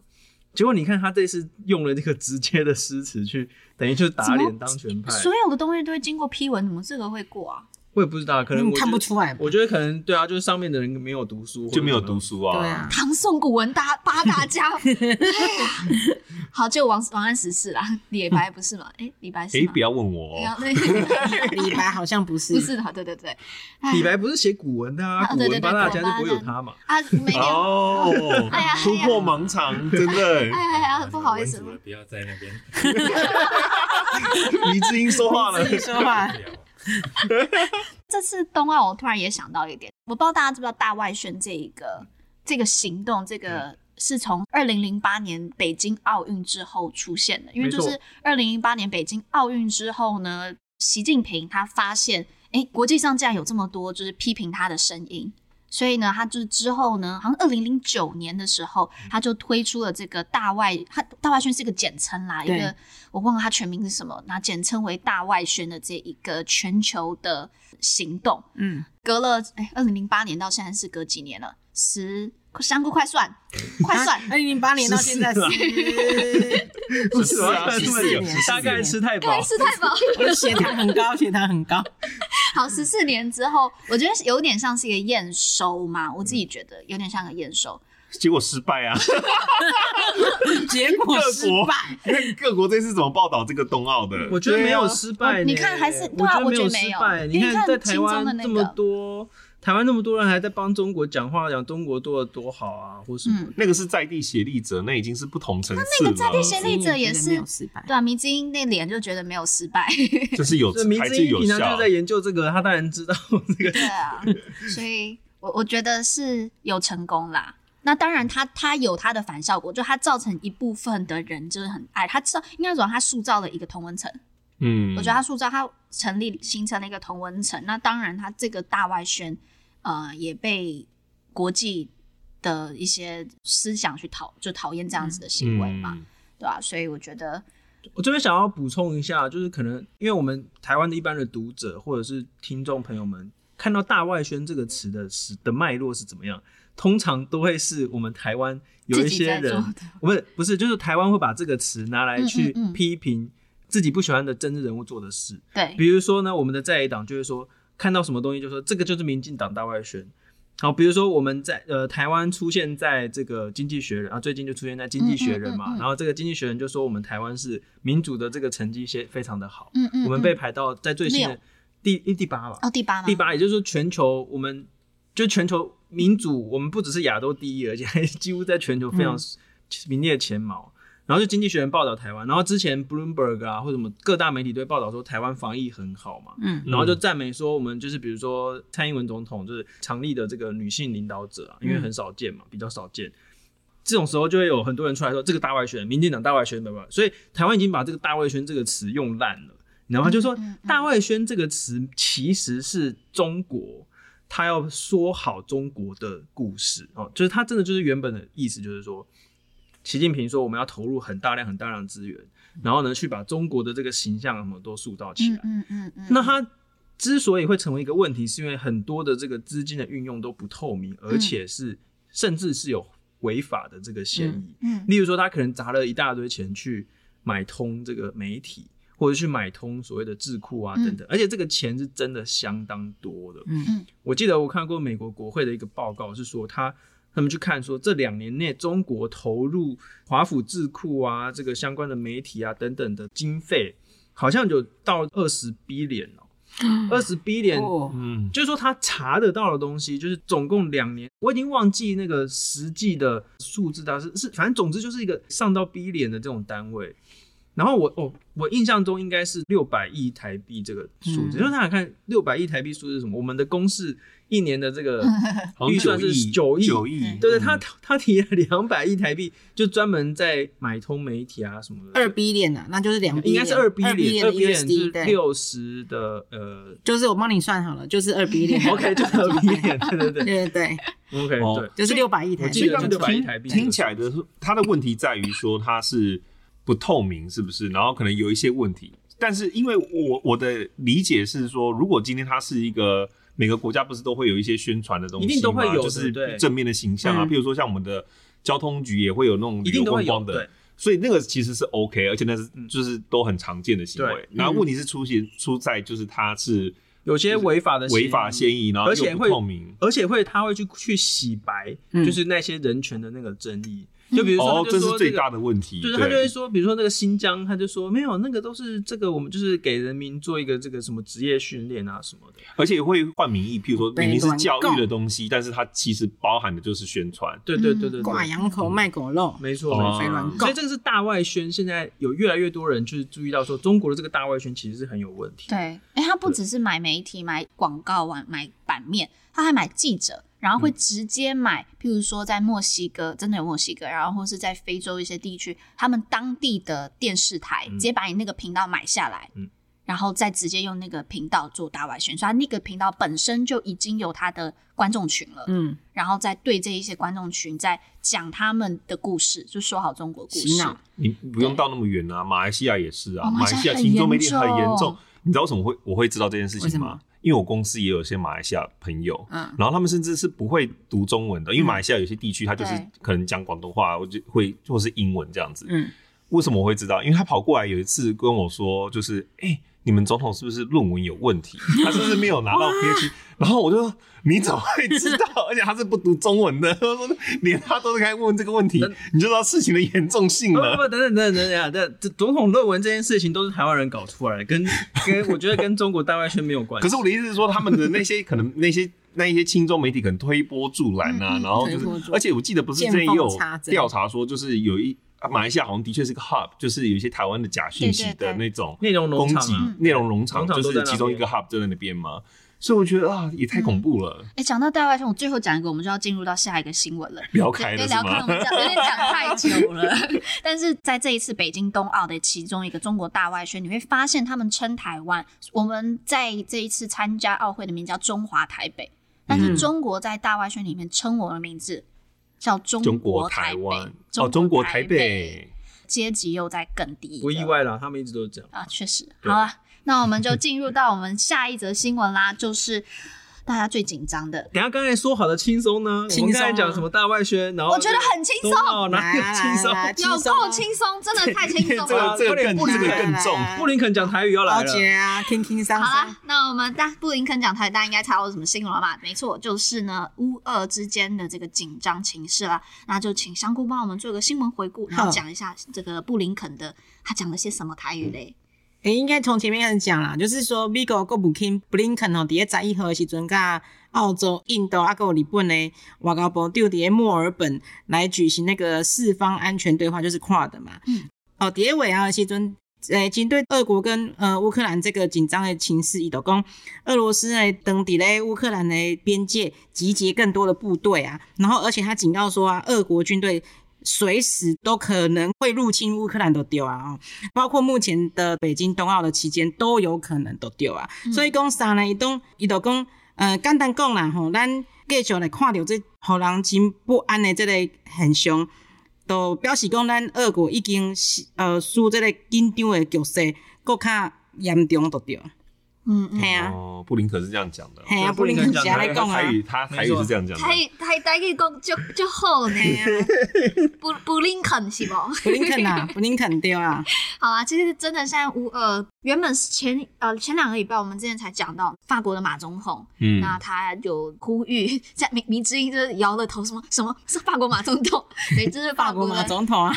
Speaker 4: 结果你看他这次用了这个直接的诗词去，等于就是打脸当权派。
Speaker 5: 所有的东西都会经过批文，怎么这个会过啊？
Speaker 4: 我也不知道，可能
Speaker 1: 嗯
Speaker 4: 我觉得
Speaker 1: 看不。出来吧，
Speaker 4: 我觉得可能对啊，就是上面的人没有读书，
Speaker 6: 就没有读。书啊。
Speaker 1: 对啊，
Speaker 5: 唐宋古文大八大
Speaker 1: [LAUGHS]
Speaker 5: 家，哎呀好，就王王安石是啦，李白不是嘛？哎，李白是
Speaker 6: 哎，
Speaker 5: 吗
Speaker 6: 不？要问我哦，
Speaker 5: 然后 [LAUGHS] 那
Speaker 1: 李白好像不是，
Speaker 5: 不是的，对对对，哎
Speaker 4: 李白不是写古文的啊，
Speaker 5: 啊
Speaker 4: 古
Speaker 5: 对对对
Speaker 4: 文八大家
Speaker 5: 古文
Speaker 4: 就
Speaker 5: 八
Speaker 4: 不会有
Speaker 5: 大
Speaker 4: 他嘛。
Speaker 5: 啊，没有，
Speaker 6: 哦
Speaker 5: 哎呀，
Speaker 6: 突破盲肠，真的
Speaker 5: 哎。呀哎呀，不好意思，
Speaker 7: 文主了不要在
Speaker 6: [LAUGHS]
Speaker 7: 那边
Speaker 6: 黎智英说话了，
Speaker 1: 自己说话，
Speaker 7: 聊。
Speaker 5: 这次冬奥，我突然也想到一点，我不知道大家知不知道大外宣这一个这个行动，这
Speaker 4: 嗯
Speaker 5: 个是从二零零八年北京奥运之后出现的，因为
Speaker 4: 没
Speaker 5: 就
Speaker 4: 错
Speaker 5: 是二零零八年北京奥运之后呢，习近平他发现，哎，国际上竟然有这么多就是批评他的声音。所以呢，他就是之后呢，好像二零零九年的时候，他就推出了这个大外，他大外宣是一个简称啦，一
Speaker 1: 对
Speaker 5: 个我忘了它全名是什么，那简称为大外宣的这一个全球的行动。
Speaker 1: 嗯，
Speaker 5: 隔了哎，二零零八年到现在是隔几年了？十，香菇快算，快算，
Speaker 1: 二零零八年到现在是，
Speaker 6: 不是
Speaker 4: [LAUGHS]
Speaker 6: 啊，
Speaker 4: 他
Speaker 1: 十
Speaker 4: 们
Speaker 1: 四
Speaker 6: 是
Speaker 1: 年
Speaker 6: 啊
Speaker 4: 大概吃太饱
Speaker 5: 该，是太饱。
Speaker 1: 我的血糖很高，血糖很高，
Speaker 5: 好，十四年之后，我觉得有点像是一个验收嘛，我自己觉得有点像个验收。
Speaker 6: 结果失
Speaker 4: [LAUGHS]
Speaker 6: 败啊！
Speaker 1: 结果失败，
Speaker 6: 各国这次怎么报道这个冬奥的？啊
Speaker 4: 我觉得没有失败呢、
Speaker 5: 你看还是对啊
Speaker 4: 我觉
Speaker 5: 我
Speaker 4: 得
Speaker 5: 觉得没
Speaker 4: 失
Speaker 5: 有
Speaker 4: 败。
Speaker 5: 因
Speaker 4: 你
Speaker 5: 为
Speaker 4: 看
Speaker 5: 看
Speaker 4: 在台
Speaker 5: 金钟的
Speaker 4: 湾
Speaker 5: 那个
Speaker 4: 这么多，台湾那么多人还在帮中国讲话，讲中国做的多好啊，或什么的。
Speaker 5: 嗯，
Speaker 6: 那个是在地协力者，那已经是不同层次了。
Speaker 5: 那个在地协力者也
Speaker 1: 今年觉得没
Speaker 5: 是
Speaker 1: 有，失败，
Speaker 5: 对啊，迷之音那脸就觉得没有失败。
Speaker 6: 就是有
Speaker 4: 所以明
Speaker 6: 还
Speaker 4: 志
Speaker 6: 是
Speaker 4: 英
Speaker 6: 有
Speaker 4: 平常
Speaker 6: 效
Speaker 4: 就。在研究这个，他当然知道这个。
Speaker 5: 对
Speaker 4: [LAUGHS]
Speaker 5: 啊，所以我我觉得是有成功啦。那当然它，它有它的反效果，就它造成一部分的人就是很爱它，造应该说它塑造了一个同温层。
Speaker 6: 嗯，
Speaker 5: 我觉得它塑造它成立形成了一个同温层。那当然，它这个大外宣，呃，也被国际的一些思想去讨就讨厌这样子的行为嘛，
Speaker 6: 嗯
Speaker 5: 对吧、所以我觉得，
Speaker 4: 我这边想要补充一下，就是可能因为我们台湾的一般的读者或者是听众朋友们看到“大外宣”这个词的时的脉络是怎么样，通常都会是我们台湾有一
Speaker 5: 自己
Speaker 4: 些
Speaker 5: 在做
Speaker 4: 人
Speaker 5: 的，
Speaker 4: 不是不是，就是台湾会把这个词拿来去
Speaker 5: 嗯嗯嗯
Speaker 4: 批评自己不喜欢的政治人物做的事。
Speaker 5: 对，
Speaker 4: 比如说呢，我们的在野党就会说，看到什么东西就说这个就是民进党大外宣。好，比如说我们在呃台湾出现在这个《经济学人》啊，最近就出现在《经济学人》嘛，
Speaker 5: 嗯嗯嗯嗯
Speaker 4: 然后这个《经济学人》就说我们台湾是民主的这个成绩先非常的好，
Speaker 5: 嗯嗯，
Speaker 4: 我们被
Speaker 5: 嗯
Speaker 4: 排到在最新的
Speaker 5: 六
Speaker 4: 第一第八吧，
Speaker 5: 哦第八吗？
Speaker 4: 第八，也就是说全球我们就全球民主，我们不只是亚洲第一，而且 [LAUGHS] 还几乎在全球非常名列前茅。然后就《经济学人》报道台湾，然后之前 Bloomberg 啊或什么各大媒体都会报道说台湾防疫很好嘛，
Speaker 1: 嗯，
Speaker 4: 然后就赞美说我们就是比如说蔡英文总统就是强力的这个女性领导者啊，因为
Speaker 5: 嗯
Speaker 4: 很少见嘛，比较少见。这种时候就会有很多人出来说这个大外宣，民进党大外宣，对吧？所以台湾已经把这个大外宣这个词用烂了，然后就说
Speaker 5: 嗯嗯
Speaker 4: 大外宣这个词其实是中国。他要说好中国的故事哦，就是他真的就是原本的意思，就是说，习近平说我们要投入很大量很大量的资源，然后呢去把中国的这个形象什么都塑造起来。
Speaker 5: 嗯嗯嗯嗯，
Speaker 4: 那它之所以会成为一个问题，是因为很多的这个资金的运用都不透明，而
Speaker 5: 嗯
Speaker 4: 且是、甚至是有违法的这个嫌疑。
Speaker 5: 嗯
Speaker 4: 例如说，他可能砸了一大堆钱去买通这个媒体，或者去买通所谓的智库啊等等，而且这个钱是真的相当多的。
Speaker 1: 嗯
Speaker 5: 嗯，
Speaker 4: 我记得我看过美国国会的一个报告，是说他。他们去看说，这两年内中国投入华府智库啊，这个相关的媒体啊等等的经费，好像有到二十 B 脸哦，二十 B 脸，
Speaker 1: 哦，
Speaker 6: 嗯，
Speaker 4: 就是说他查得到的东西，就是总共两年，我已经忘记那个实际的数字，但是是反正总之就是一个上到 B 脸的这种单位。然后我哦，我印象中应该是六百亿台币这个数字，
Speaker 1: 嗯
Speaker 4: 就是大家看六百亿台币数字是什么？我们的公式一年的
Speaker 1: [LAUGHS]
Speaker 4: 这个
Speaker 6: 好像
Speaker 4: 预算是九亿，
Speaker 6: 九亿，
Speaker 4: 对对，
Speaker 6: 嗯
Speaker 4: 他他提了两百亿台币，就专门在买通媒体啊什么的，
Speaker 1: 二 B 链啊，那就是两 B
Speaker 4: 应
Speaker 1: 链，
Speaker 4: 该是二 B
Speaker 1: 二 B
Speaker 4: 脸，二 B
Speaker 1: 的
Speaker 4: 脸是
Speaker 1: USD 对，
Speaker 4: 六十的呃
Speaker 1: 就是我帮你算好了，就是二 B
Speaker 4: [LAUGHS]
Speaker 1: 链
Speaker 4: ，OK 就是二 B 脸，对对
Speaker 1: 对
Speaker 4: 对
Speaker 1: 对对，
Speaker 4: ，OK
Speaker 6: 哦
Speaker 1: 就
Speaker 4: 对，
Speaker 1: 是六百亿台
Speaker 4: 我
Speaker 1: 币，
Speaker 4: 记得
Speaker 6: 这
Speaker 4: 就
Speaker 6: 样
Speaker 4: 六百亿
Speaker 6: 听
Speaker 4: 台币这个数字，
Speaker 6: 听起来的是，他的问题在于说他是不透明，是不是？然后可能有一些问题，但是因为我我的理解是说，如果今天它是一个每个国家不是都会有一些宣传的东西嘛，
Speaker 4: 一定都会有的
Speaker 6: 就是
Speaker 4: 对
Speaker 6: 正面的形象啊，
Speaker 1: 嗯
Speaker 6: 譬如说像我们的交通局也会有那种
Speaker 4: 一
Speaker 6: 旅
Speaker 4: 定
Speaker 6: 游
Speaker 4: 都
Speaker 6: 观
Speaker 4: 会有
Speaker 6: 光的
Speaker 4: 对。。
Speaker 6: 所以那个其实是 OK，而且那是
Speaker 4: 嗯
Speaker 6: 就是都很常见的行为
Speaker 4: 对。嗯
Speaker 6: 然后问题是出现出在就是它是
Speaker 4: 有些违法的
Speaker 6: 违法
Speaker 4: 嫌疑
Speaker 6: 嫌疑，然后
Speaker 4: 而且
Speaker 6: 又不
Speaker 4: 会
Speaker 6: 透明。
Speaker 4: 而且会他会去去洗白，
Speaker 1: 嗯
Speaker 4: 就是那些人权的那个争议。就比如说，
Speaker 6: 哦，这
Speaker 4: 他就是说
Speaker 6: 最
Speaker 4: 个
Speaker 6: 大的问题。
Speaker 4: 就是他就
Speaker 6: 对
Speaker 4: 会说，比如说那个新疆，他就说没有，那个都是这个我们就是给人民做一个这个什么职业训练啊什么的。
Speaker 6: 而且会换名义，譬如说
Speaker 1: 被
Speaker 6: 明明是
Speaker 1: 乱
Speaker 6: 教育
Speaker 1: 告
Speaker 6: 的东西，但是它其实包含的就是宣传。
Speaker 4: 对对对对
Speaker 1: 嗯挂
Speaker 4: 对，
Speaker 1: 羊口卖狗肉，
Speaker 4: 没错
Speaker 6: 哦
Speaker 4: 没错。
Speaker 1: 非乱
Speaker 4: 所
Speaker 1: 告
Speaker 4: 以。这个是大外宣，现在有越来越多人就是注意到说，中国的这个大外宣其实是很有问题。
Speaker 5: 对，哎，他不只是买媒体、买广告、啊、买版面，他还买记者，然后会直接买，譬如说在墨西哥，真的有墨西哥，然后或是在非洲一些地区，他们当地的电视台、
Speaker 4: 嗯
Speaker 5: 直接把你那个频道买下来，
Speaker 4: 嗯
Speaker 5: 然后再直接用那个频道做大外宣，所以他那个频道本身就已经有他的观众群了，
Speaker 1: 嗯，
Speaker 5: 然后再对这一些观众群再讲他们的故事，就说好中国故
Speaker 1: 洗
Speaker 5: 事，
Speaker 1: 脑，
Speaker 6: 你不用到那么远啊，马来西亚也是啊，
Speaker 5: 哦
Speaker 6: 马
Speaker 5: 马
Speaker 6: 来
Speaker 5: 来
Speaker 6: 西
Speaker 5: 西
Speaker 6: 亚
Speaker 5: 亚
Speaker 6: 新中媒体很
Speaker 5: 很
Speaker 6: 严
Speaker 5: 严
Speaker 6: 重
Speaker 5: 重。
Speaker 6: 你知道为什么会我会知道这件事
Speaker 1: 为
Speaker 6: 情
Speaker 1: 什
Speaker 6: 吗
Speaker 1: 么？
Speaker 6: 因为我公司也有一些马来西亚朋友，
Speaker 1: 嗯
Speaker 6: 然后他们甚至是不会读中文的，因为
Speaker 1: 嗯
Speaker 6: 马来西亚有些地区他就是
Speaker 5: 对
Speaker 6: 可能讲广东话，我就会或是英文这样子。
Speaker 1: 嗯，
Speaker 6: 为什么我会知道？因为他跑过来有一次跟我说，就是哎、欸你们总统是不是论文有问
Speaker 1: [LAUGHS]
Speaker 6: 题？他是不是没有拿到 PhD？然后我就说你怎么会知道？而且他是不读中文的，他说连他都该问这个问
Speaker 1: [LAUGHS]
Speaker 6: 题，你就知道事情的严重性
Speaker 4: 不
Speaker 6: 了。
Speaker 4: 不，等等等等等等，这这总统论文这件事情都是台湾人搞出来的，跟跟我觉得跟中国大外宣没有关
Speaker 6: [LAUGHS]
Speaker 4: 系。
Speaker 6: 可是我的意思是说，他们的那些可能那些那一些轻中媒体可能推波助澜啊，然后就
Speaker 1: 推波助
Speaker 6: 是，
Speaker 1: 澜
Speaker 6: 而且我记得不是之前也有
Speaker 1: 见缝插针
Speaker 6: 调查说，就是有一啊马来西亚好像的确是个 hub，就是有一些台湾的假讯息
Speaker 5: 对对
Speaker 6: 的
Speaker 5: 对
Speaker 6: 那种
Speaker 4: 内容农
Speaker 6: 攻
Speaker 4: 场
Speaker 6: 击
Speaker 4: 啊，
Speaker 6: 内容农场
Speaker 4: 农场
Speaker 6: 就
Speaker 4: 都
Speaker 6: 是
Speaker 4: 在那
Speaker 6: 其中一
Speaker 4: 边
Speaker 6: 个 hub 就在那边嘛，所以我觉得啊也太恐怖了，
Speaker 5: 哎，讲到大外宣，我最后讲一个，我们就要进入到下一个新闻了。
Speaker 6: 聊
Speaker 5: 对
Speaker 6: 开了
Speaker 5: 对，
Speaker 6: 是
Speaker 5: 聊开，
Speaker 6: 吗
Speaker 5: 我？们讲有点讲
Speaker 6: [LAUGHS]
Speaker 5: 太久了。但是在这一次北京冬奥的其中一个中国大外宣，你会发现他们称台湾，我们在这一次参加奥会的名叫中华台北，但
Speaker 6: 嗯
Speaker 5: 是中国在大外宣里面称我们名字叫中
Speaker 6: 中国
Speaker 5: 国
Speaker 6: 台
Speaker 5: 北
Speaker 6: 湾哦，中国台，北，
Speaker 5: 阶级又在更低一个，
Speaker 4: 不意外啦，他们一直都是这样。
Speaker 5: 啊，确实。
Speaker 4: 对
Speaker 5: 好了，那我们就进入到我们下一则新闻啦，就是大家最紧张的。
Speaker 4: 等一下刚才说好的轻松呢？
Speaker 1: 轻松啊
Speaker 4: 我们刚才讲什么大外宣，
Speaker 6: 哦
Speaker 4: 然后
Speaker 5: 我觉得很轻松
Speaker 4: 冬，奥哪有
Speaker 1: 来
Speaker 4: 轻松？
Speaker 1: 来来
Speaker 5: 有够轻松，真的太轻松
Speaker 6: 啊 [LAUGHS] 这
Speaker 5: 了。
Speaker 6: 个这个更
Speaker 4: 不
Speaker 6: 这个更重，
Speaker 4: 布林肯讲台语要来
Speaker 1: 高
Speaker 4: 了，
Speaker 1: 杰啊，轻轻松
Speaker 5: 好
Speaker 1: 松
Speaker 5: 啦，，那我们大布林肯讲台，大家应该猜到什么新闻了吧？没错，就是呢，乌俄之间的这个紧张情势啦。那就请香菇帮我们做个新闻回顾，然后讲一下这个布林肯的他讲了些什么台语嘞？
Speaker 1: 诶、应该从前面开始讲啦，就是说美国国务卿布林肯吼，伫咧十一号的时阵，甲澳洲、印度啊，还有日本的外交部长伫咧墨尔本来举行那个四方安全对话，就是 QUAD 嘛。
Speaker 5: 嗯。
Speaker 1: 哦，伫咧尾啊的时阵，诶，针对俄国跟呃乌克兰这个紧张的情势，伊就讲俄罗斯呢，等抵咧乌克兰的边界集结更多的部队啊，然后而且他警告说啊，俄国军队。随时都可能会入侵乌克兰都丢啊！哦，包括目前的北京冬奥的期间都有可能都丢啊。所以讲啥呢？伊都伊就讲，呃，简单讲啦吼，咱继续来看到这互人真不安的这个现象，都表示讲咱俄国已经是呃使这个紧张的局势搁较严重都对 [LAUGHS] 了。
Speaker 5: 嗯嗯，
Speaker 1: 嘿啊，
Speaker 6: 哦，布林肯是这样讲的，
Speaker 1: 嘿啊，
Speaker 4: 布
Speaker 1: 布
Speaker 4: 林
Speaker 1: 林
Speaker 4: 肯
Speaker 1: 肯
Speaker 4: 讲
Speaker 1: 是
Speaker 4: 的
Speaker 1: 安尼讲啊
Speaker 6: 台，语他台语是这样讲的，
Speaker 5: 台台台语讲就就好呢，
Speaker 1: 啊
Speaker 5: [LAUGHS] 布布林肯是不？
Speaker 1: 布林肯啊，布林肯对啊，
Speaker 5: 好啊，其实真的现在乌俄原本是前呃前两个礼拜我们之前才讲到法国的马总统，
Speaker 6: 嗯
Speaker 5: 那他有呼吁， [LAUGHS] 在迷迷之音就是摇了头，什么什么是法国马总统？对，这是
Speaker 1: 法
Speaker 5: 法
Speaker 1: 国
Speaker 5: 国
Speaker 1: 马
Speaker 5: 的
Speaker 1: 总统 [LAUGHS] 啊，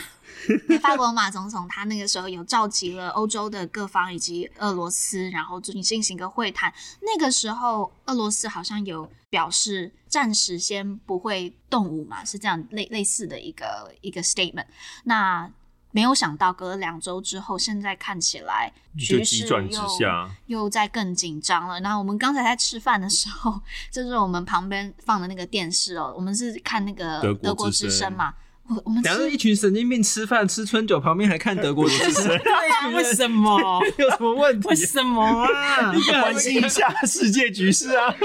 Speaker 5: 对 [LAUGHS] 法国马总统他那个时候有召集了欧洲的各方以及俄罗斯，然后进进行一个会谈。那个时候俄罗斯好像有表示暂时先不会动武嘛，是这样类类似的一个一个 statement。那没有想到隔了两周之后，现在看起来
Speaker 6: 就
Speaker 5: 局
Speaker 6: 急
Speaker 5: 势
Speaker 6: 转直
Speaker 5: 又
Speaker 6: 下，
Speaker 4: [LAUGHS]
Speaker 5: 又在更紧张了。那我们刚才在吃饭的时候， [LAUGHS] 就是我们旁边放的那个电视哦，我们是看那个
Speaker 6: 德国
Speaker 5: 德国
Speaker 6: 之
Speaker 5: 之
Speaker 6: 声
Speaker 5: 声嘛。我我们
Speaker 4: 两个
Speaker 5: 吃
Speaker 4: 一群神经病吃饭吃春酒，旁边还看德国之
Speaker 5: [LAUGHS]
Speaker 4: 声，
Speaker 1: 对啊，为什 [LAUGHS] 么？
Speaker 4: 有什么问题
Speaker 1: 为？什么啊？
Speaker 6: 关心一下世界局势啊！
Speaker 5: 是 [LAUGHS]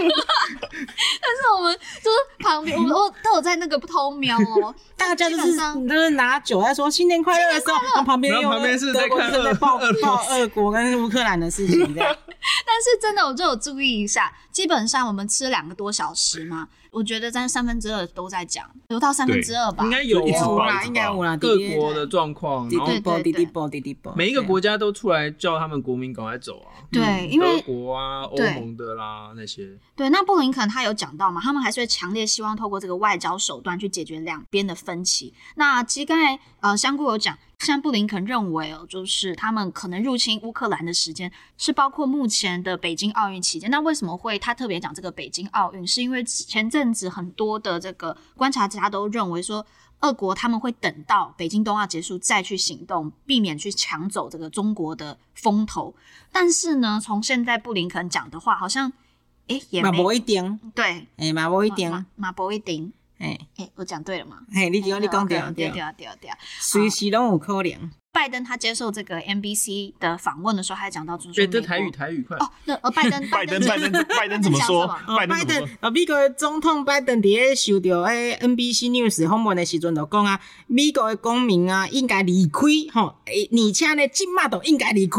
Speaker 5: 我们就是旁边，我们我都有在那个偷瞄哦。 [LAUGHS]
Speaker 1: 大家都
Speaker 5: 基
Speaker 1: 是
Speaker 5: 本上
Speaker 1: 都是拿酒在说新年快乐的时候，然后旁边
Speaker 4: 然
Speaker 1: 又
Speaker 4: 后旁边是
Speaker 1: 德
Speaker 4: 在
Speaker 1: 国
Speaker 4: 看
Speaker 1: 正在
Speaker 4: 俄
Speaker 1: 报
Speaker 4: 俄罗斯
Speaker 1: 报俄国跟乌克兰的事情，这样
Speaker 4: [LAUGHS]
Speaker 5: 但是真的，我就有注意一下，基本上我们吃了两个多小时嘛，我觉得在三分之二都在讲，留到三分之二吧
Speaker 4: 应。该有啊
Speaker 6: 一直
Speaker 1: 有
Speaker 6: 报
Speaker 1: 啦，应该有啦，
Speaker 4: 各
Speaker 1: 滴滴
Speaker 4: 国的状况，
Speaker 1: 滴
Speaker 4: 然后
Speaker 1: 滴波
Speaker 5: 对对
Speaker 1: 滴
Speaker 5: 对
Speaker 1: 滴波滴滴波，
Speaker 4: 每一个国家都出来叫他们国民赶快走啊，
Speaker 5: 对，因为
Speaker 4: 德国啊、欧
Speaker 5: 对
Speaker 4: 盟的啦那些，
Speaker 5: 对，那布林肯他有讲到嘛，他们还是会强烈希望透过这个外交手段去解决两边的分歧。那其实刚才呃香菇有讲，像布林肯认为哦，就是他们可能入侵乌克兰的时间是包括目前的北京奥运期间。那为什么会他特别讲这个北京奥运？是因为前阵子很多的这个观察家都认为说。俄国他们会等到北京冬奥结束再去行动，避免去抢走这个中国的风头。但是呢，从现在布林肯讲的话，好像诶也
Speaker 1: 嘛
Speaker 5: 没
Speaker 1: 哎无一定，
Speaker 5: 对，
Speaker 1: 哎嘛无一定，
Speaker 5: 马马博一定，
Speaker 1: 哎
Speaker 5: 哎，我讲对了吗？
Speaker 1: 嘿，你讲你讲对
Speaker 5: 对
Speaker 1: 对
Speaker 5: 对，对对对。
Speaker 1: 随时拢有可能，
Speaker 5: 拜登他接受这个 NBC 的访问的时候，还讲到就是
Speaker 4: 对，
Speaker 5: 说
Speaker 4: 这
Speaker 5: 美
Speaker 4: 台语
Speaker 5: 国
Speaker 4: 台语快，
Speaker 5: 哦，那呃，
Speaker 6: [LAUGHS]
Speaker 5: 拜登
Speaker 6: 拜登，
Speaker 5: 拜
Speaker 6: 拜登，
Speaker 5: [LAUGHS]
Speaker 6: 拜登怎么说？
Speaker 1: 哦
Speaker 6: 拜登
Speaker 1: 拜
Speaker 6: 怎么
Speaker 1: 登
Speaker 4: 嗯
Speaker 6: 说？，
Speaker 1: 呃，美国的总统拜登伫咧收到哎诶 NBC News 访问的时阵，就讲啊，美国的公民啊应该离开吼，诶而且呢，即马都应该离开。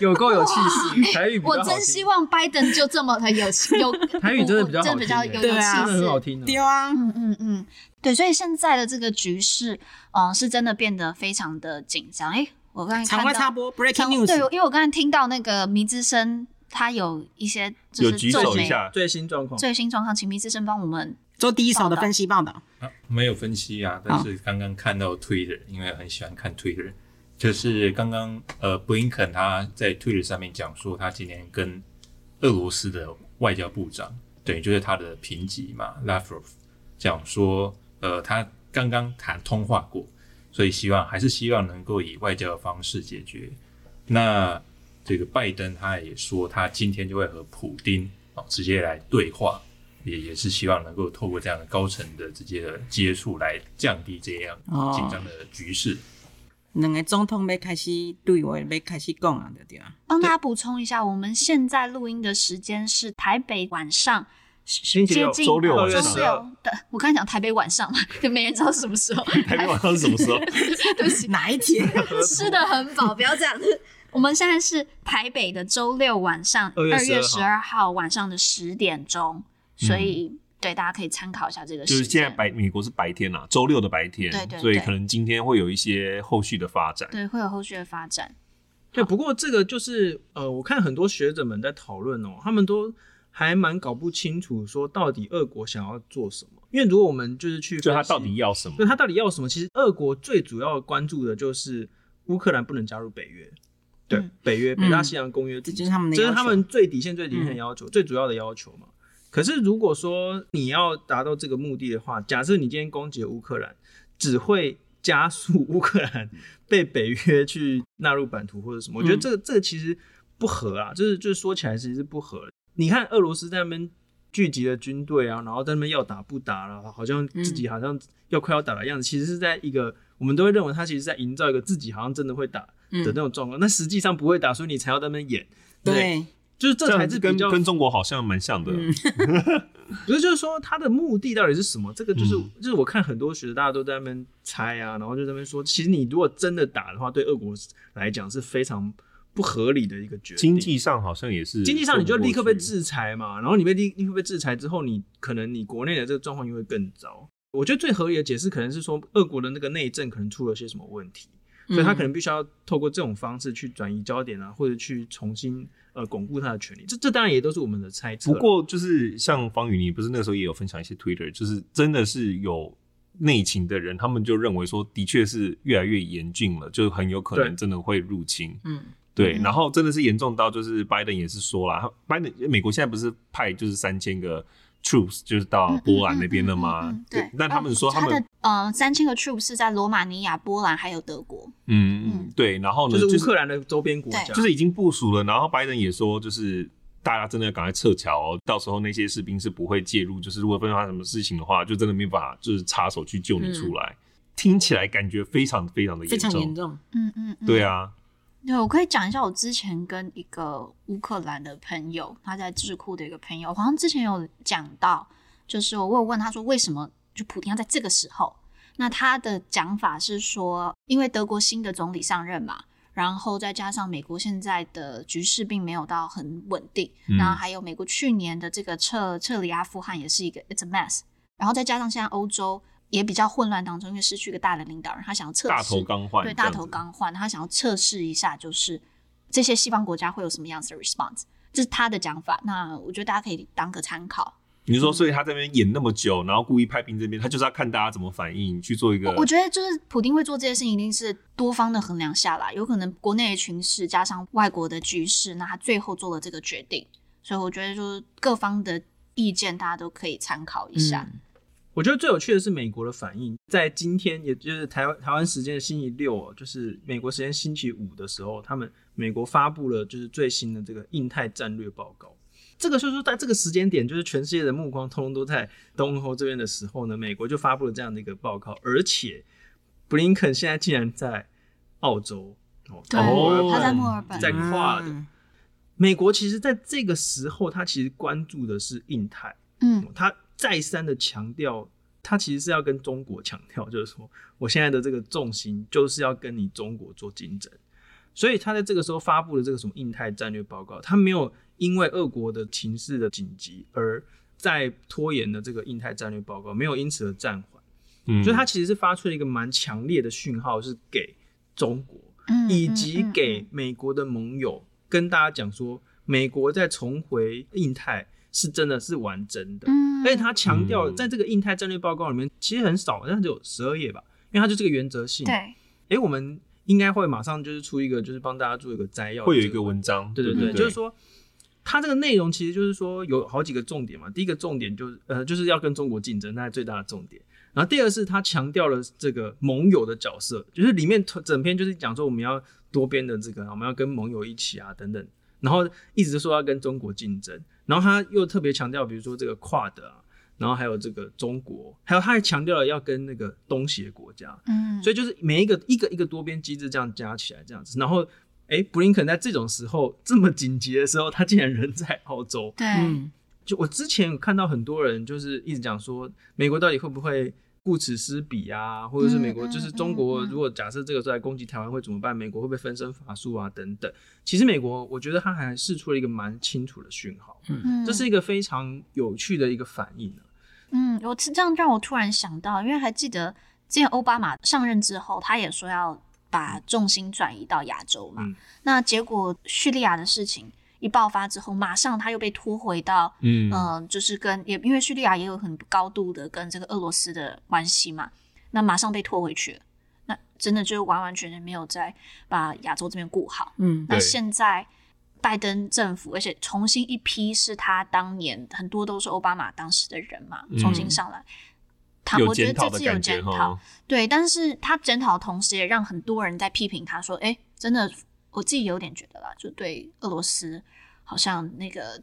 Speaker 4: 有够有气
Speaker 5: [LAUGHS]
Speaker 4: 势，台语比较
Speaker 5: 我
Speaker 4: 好
Speaker 5: 真
Speaker 4: 听
Speaker 5: 希望拜登就这么的有 [LAUGHS] 有
Speaker 4: 台语真的比较好
Speaker 5: 真比
Speaker 4: 听欸
Speaker 5: 较有有
Speaker 1: 对啊
Speaker 4: 真的很好
Speaker 5: 气势。
Speaker 4: 听哦
Speaker 1: 对
Speaker 4: 的。
Speaker 1: 啊，
Speaker 5: 嗯嗯嗯，对，所以现在的这个局势，嗯，是真的变得非常的紧张。哎，我刚才
Speaker 1: 场
Speaker 5: 看
Speaker 1: 外
Speaker 5: 到
Speaker 1: 插播 breaking
Speaker 5: 场对，
Speaker 1: news，
Speaker 5: 因为我刚才听到那个迷之声，他有一些就
Speaker 6: 有
Speaker 5: 是
Speaker 6: 举
Speaker 5: 皱
Speaker 6: 手一
Speaker 5: 眉
Speaker 6: 下，
Speaker 4: 最新状况，
Speaker 5: 最新状况，请迷之声帮我们
Speaker 1: 做第一手的分析报道。
Speaker 7: 啊，没有分析啊，但是刚刚看到 Twitter，、因为很喜欢看 Twitter，就是刚刚呃布林肯他在 Twitter 上面讲说，他今天跟俄罗斯的外交部长，等于就是他的评级嘛，Lavrov 讲说，呃，他刚刚谈通话过，所以希望还是希望能够以外交的方式解决。那这个拜登他也说，他今天就会和普丁哦直接来对话，也也是希望能够透过这样的高层的直接的接触来降低这样
Speaker 1: 哦
Speaker 7: 紧张的局势。
Speaker 1: 两个总统要开始对话，要开始讲啊，对对啊。
Speaker 5: 帮大家补充一下，我们现在录音的时间是台北晚上，
Speaker 4: 星期六
Speaker 5: 接近
Speaker 6: 周六晚
Speaker 4: 晚
Speaker 5: 周
Speaker 6: 上
Speaker 4: 上
Speaker 5: 六的。我刚才讲台北晚上嘛，就没人知道什么时候。
Speaker 6: [LAUGHS] 台北晚上是什么时
Speaker 4: [LAUGHS]
Speaker 6: 候？
Speaker 5: [LAUGHS] 对不起，
Speaker 1: 哪一天？
Speaker 5: 吃的很饱，不要这样。我们现在是台北的周六晚上，
Speaker 4: 2
Speaker 5: 二
Speaker 4: 月
Speaker 5: 月
Speaker 4: 12
Speaker 5: 十二号晚上的十点钟，所以对大家可以参考一下这
Speaker 6: 嗯
Speaker 5: 个
Speaker 6: 就
Speaker 5: 时
Speaker 6: 是现在
Speaker 5: 间。
Speaker 6: 白美国是白天啦，周六的白天，
Speaker 5: 对对
Speaker 6: 所以
Speaker 5: 对
Speaker 6: 可能今天会有一些后续的发展。
Speaker 5: 对，会有后续的发展。
Speaker 4: 对，不过这个就是呃，我看很多学者们在讨论哦，他们都还蛮搞不清楚说到底俄国想要做什么，因为如果我们就是去
Speaker 6: 就他
Speaker 4: 分析
Speaker 6: 到底要什么
Speaker 4: 对？他到底要什么？其实俄国最主要关注的就是乌克兰不能加入北约，对，
Speaker 5: 嗯
Speaker 4: 北约北大西洋公约组织、
Speaker 1: 这就是他们的
Speaker 4: 这是
Speaker 1: 要
Speaker 4: 他
Speaker 1: 求嗯
Speaker 4: 们最底线、最底线的要求、最主要的要求嘛。可是如果说你要达到这个目的的话，假设你今天攻击了乌克兰，只会加速乌克兰被北约去纳入版图或者什么，我觉得
Speaker 1: 嗯
Speaker 4: 这个这个其实不合啊，就是就是说起来其实是不合的。你看俄罗斯在那边聚集了军队啊，然后在那边要打不打了，好像自己好像要快要打的样子，其实是在一个我们都会认为他其实是在营造一个自己好像真的会打的那种状况，那、实际上不会打，所以你才要在那边演，对不对，
Speaker 1: 嗯对，
Speaker 4: 就是这
Speaker 6: 这样
Speaker 4: 才是
Speaker 6: 子
Speaker 4: 比
Speaker 6: 跟
Speaker 4: 较嗯
Speaker 6: 跟中国好像蛮像的，
Speaker 4: 不是，就是说他的目的到底是什么？这个就是、
Speaker 6: 嗯
Speaker 4: 就是我看很多学者大家都在那边猜啊，然后就在那边说，其实你如果真的打的话，对俄国来讲是非常不合理的一个决定。
Speaker 6: 经济上好像也是
Speaker 4: 经济上你就立刻被
Speaker 6: 治。
Speaker 4: 制裁嘛，然后你被立立刻被制裁之后，你可能你国内的这个状况又会更糟。我觉得最合理的解释可能是说，俄国的那个内政可能出了些什么问题，所以他可
Speaker 6: 嗯
Speaker 4: 能必须要透过这种方式去转移焦点啊，或者去重新呃巩固他的权利。这这当然也都是我们的猜测
Speaker 6: 不
Speaker 4: 啦。
Speaker 6: 过就是像方宇，你不是那时候也有分享一些 Twitter，就是真的是有内情的人，他们就认为说，的确是越来越严峻了，就很有可能
Speaker 4: 对
Speaker 6: 真的会入侵。
Speaker 1: 嗯，
Speaker 6: 对，
Speaker 5: 嗯
Speaker 6: 然后真的是严重到就是拜登也是说啦，他拜登美国现在不是派就是三千个 troops 就是到哦波兰那边了
Speaker 5: 嗯嗯嗯嗯
Speaker 6: 吗
Speaker 5: 嗯？对，
Speaker 6: 那他们说他们
Speaker 5: 的呃三千个 troop 是在罗马尼亚、波兰还有德国。
Speaker 6: 嗯
Speaker 5: 嗯
Speaker 6: 嗯对，然后呢
Speaker 4: 就是
Speaker 6: 就
Speaker 4: 乌
Speaker 6: 是
Speaker 4: 克兰啊的周边国家，
Speaker 6: 就是已经部署了，然后拜登也说就是。大家真的要赶快撤侨哦！到时候那些士兵是不会介入，就是如果发生什么事情的话，就真的没办法，就是插手去救你出来。听起来感觉非常非常的
Speaker 1: 非
Speaker 6: 严
Speaker 1: 常
Speaker 6: 重，
Speaker 1: 严重。
Speaker 5: 嗯嗯嗯，
Speaker 6: 对啊，
Speaker 5: 对，我可以讲一下我之前跟一个乌克兰的朋友，他在智库的一个朋友，好像之前有讲到，就是我有问他说为什么就普京要在这个时候？那他的讲法是说，因为德国新的总理上任嘛，然后再加上美国现在的局势并没有到很稳定，
Speaker 6: 嗯
Speaker 5: 然后还有美国去年的这个撤撤离阿富汗也是一个 it's a mess，然后再加上现在欧洲也比较混乱当中，因为失去一个大的领导人，他想要测试
Speaker 6: 大头刚换，
Speaker 5: 对
Speaker 6: 这
Speaker 5: 大
Speaker 6: 样子
Speaker 5: 头刚换，他想要测试一下，就是这些西方国家会有什么样子的 response，这是他的讲法。那我觉得大家可以当个参考。
Speaker 6: 你是说，所以他这边演那么久，然后故意派兵这边，他就是要看大家怎么反应，去做一个
Speaker 5: 我我觉得就是普丁会做这些事情，一定是多方的衡量下来，有可能国内的群势加上外国的局势，那他最后做了这个决定。所以我觉得就是各方的意见，大家都可以参考一下。
Speaker 4: 我觉得最有趣的是美国的反应，在今天，也就是台湾台湾时间的星期六哦，就是美国时间星期五的时候，他们美国发布了就是最新的这个印太战略报告。这个就是说在这个时间点，就是全世界的目光通通都在东欧这边的时候呢，美国就发布了这样的一个报告，而且布林肯现在竟然在澳洲哦，
Speaker 5: 对，
Speaker 6: 哦
Speaker 5: 他在墨尔本，
Speaker 4: 在跨的
Speaker 1: 嗯
Speaker 4: 美国其实在这个时候，他其实关注的是印太。
Speaker 5: 嗯，
Speaker 4: 他再三的强调，他其实是要跟中国强调，就是说我现在的这个重心就是要跟你中国做竞争。所以他在这个时候发布了这个什么印太战略报告，他没有因为俄国的情势的紧急而在拖延的这个印太战略报告，没有因此而暂缓。
Speaker 6: 嗯
Speaker 4: 所以他其实是发出了一个蛮强烈的讯号，是给中国
Speaker 5: 嗯
Speaker 4: 以及
Speaker 5: 嗯嗯
Speaker 4: 给美国的盟友跟大家讲说，美国在重回印太是真的是玩真的。
Speaker 5: 嗯，
Speaker 4: 而且他强调了，
Speaker 6: 嗯
Speaker 4: 在这个印太战略报告里面，其实很少，好像只有十二页吧，因为它就这个原则性。，
Speaker 5: 对，
Speaker 4: 哎，我们应该会马上就是出一个，就是帮大家做一个摘要，
Speaker 6: 嗯会有一个文章，
Speaker 4: 对对
Speaker 6: 对
Speaker 4: 对，就是说，它这个内容其实就是说有好几个重点嘛。第一个重点就是呃，就是要跟中国竞争，那是最大的重点。然后第二是它强调了这个盟友的角色，就是里面整篇就是讲说我们要多边的这个，我们要跟盟友一起啊等等。然后一直说要跟中国竞争，然后他又特别强调，比如说这个跨的啊，然后还有这个中国，还有他还强调了要跟那个东协国家，
Speaker 5: 嗯，
Speaker 4: 所以就是每一个一个一个多边机制这样加起来这样子，然后
Speaker 5: 嗯
Speaker 4: 诶，布林肯在这种时候这么紧急的时候，他竟然人在澳洲。
Speaker 5: 对，
Speaker 1: 嗯，
Speaker 4: 就我之前有看到很多人就是一直讲说，美国到底会不会顾此失彼啊，或者是美国
Speaker 5: 嗯
Speaker 4: 就是
Speaker 5: 嗯
Speaker 4: 中
Speaker 5: 嗯
Speaker 4: 国
Speaker 5: 嗯
Speaker 4: 如果假设这个时候来攻击台湾会怎么办？美国会不会分身乏术啊等等？其实美国我觉得他还试出了一个蛮清楚的讯号，
Speaker 5: 嗯
Speaker 4: 这是一个非常有趣的一个反应啊。
Speaker 5: 嗯，我是这样让我突然想到，因为还记得之前奥巴马上任之后，他也说要把重心转移到亚洲嘛。
Speaker 4: 嗯
Speaker 5: 那结果叙利亚的事情一爆发之后，马上他又被拖回到
Speaker 6: 嗯
Speaker 5: 嗯，就是跟也因为叙利亚也有很高度的跟这个俄罗斯的关系嘛，那马上被拖回去了，那真的就完完全全没有再把亚洲这边顾好。
Speaker 1: 嗯
Speaker 5: 那
Speaker 6: 对
Speaker 5: 现在拜登政府，而且重新一批是他当年很多都是奥巴马当时的人嘛，
Speaker 6: 嗯
Speaker 5: 重新上来，他
Speaker 6: 有
Speaker 5: 我觉
Speaker 6: 检
Speaker 5: 得
Speaker 6: 讨
Speaker 5: 这
Speaker 6: 的
Speaker 5: 次有
Speaker 6: 感觉
Speaker 5: 检讨
Speaker 6: 哈，，
Speaker 5: 对，但是他检讨的同时，也让很多人在批评他说：“哎，真的，我自己有点觉得啦，就对俄罗斯好像那个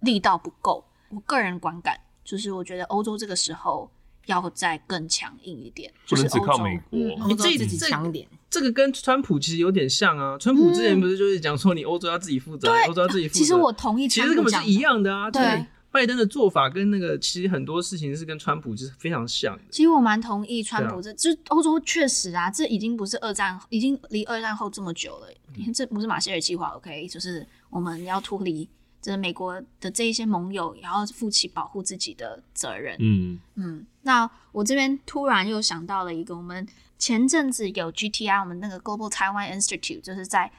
Speaker 5: 力道不够。”我个人观感就是，我觉得欧洲这个时候要再更强硬一点，
Speaker 6: 不
Speaker 5: 就是
Speaker 6: 能只
Speaker 5: 欧
Speaker 6: 靠
Speaker 5: 洲
Speaker 6: 美
Speaker 5: 嗯
Speaker 6: 国。
Speaker 1: 你自己
Speaker 4: 这
Speaker 1: 自己强一点，
Speaker 4: 这个跟川普其实有点像啊，川普之前不是就是讲说你欧洲要自己负责，欧洲要自己负
Speaker 5: 嗯
Speaker 4: 责。
Speaker 5: 其实我同意
Speaker 4: 其
Speaker 5: 川
Speaker 4: 实
Speaker 5: 普
Speaker 4: 根本
Speaker 5: 讲
Speaker 4: 是
Speaker 5: 的
Speaker 4: 一。样的啊。
Speaker 5: 对
Speaker 4: 就是拜登的做法跟那个其实很多事情是跟川普就是非常像的。
Speaker 5: [LAUGHS] 其实我蛮同意川
Speaker 4: 对啊
Speaker 5: 普这，就是欧洲确实啊，这已经不是二战，已经离二战后这么久了，这不是马歇尔计划，OK，就是我们要脱离，就是美国的这一些盟友，也要负起保护自己的责任。
Speaker 6: 嗯，
Speaker 5: 嗯，那我这边突然又想到了一个，我们前阵子有 GTI，我们那个 Global Taiwan Institute 就是在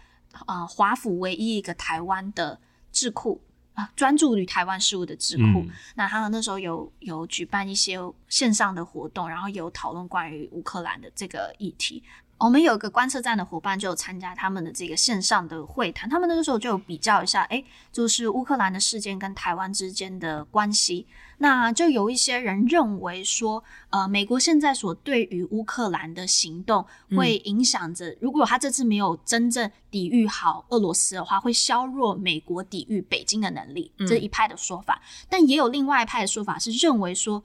Speaker 5: 呃华府唯一一个台湾的智库啊，专注于台湾事务的智库。
Speaker 6: 嗯
Speaker 5: 那他们那时候有有举办一些线上的活动，然后有讨论关于乌克兰的这个议题。我们有一个观测站的伙伴就有参加他们的这个线上的会谈，他们那个时候就有比较一下，哎，就是乌克兰的事件跟台湾之间的关系。那就有一些人认为说，呃，美国现在所对于乌克兰的行动会影响着，如果他这次没有真正抵御好俄罗斯的话，会削弱美国抵御北京的能力，这是一派的说法。但也有另外一派的说法是认为说，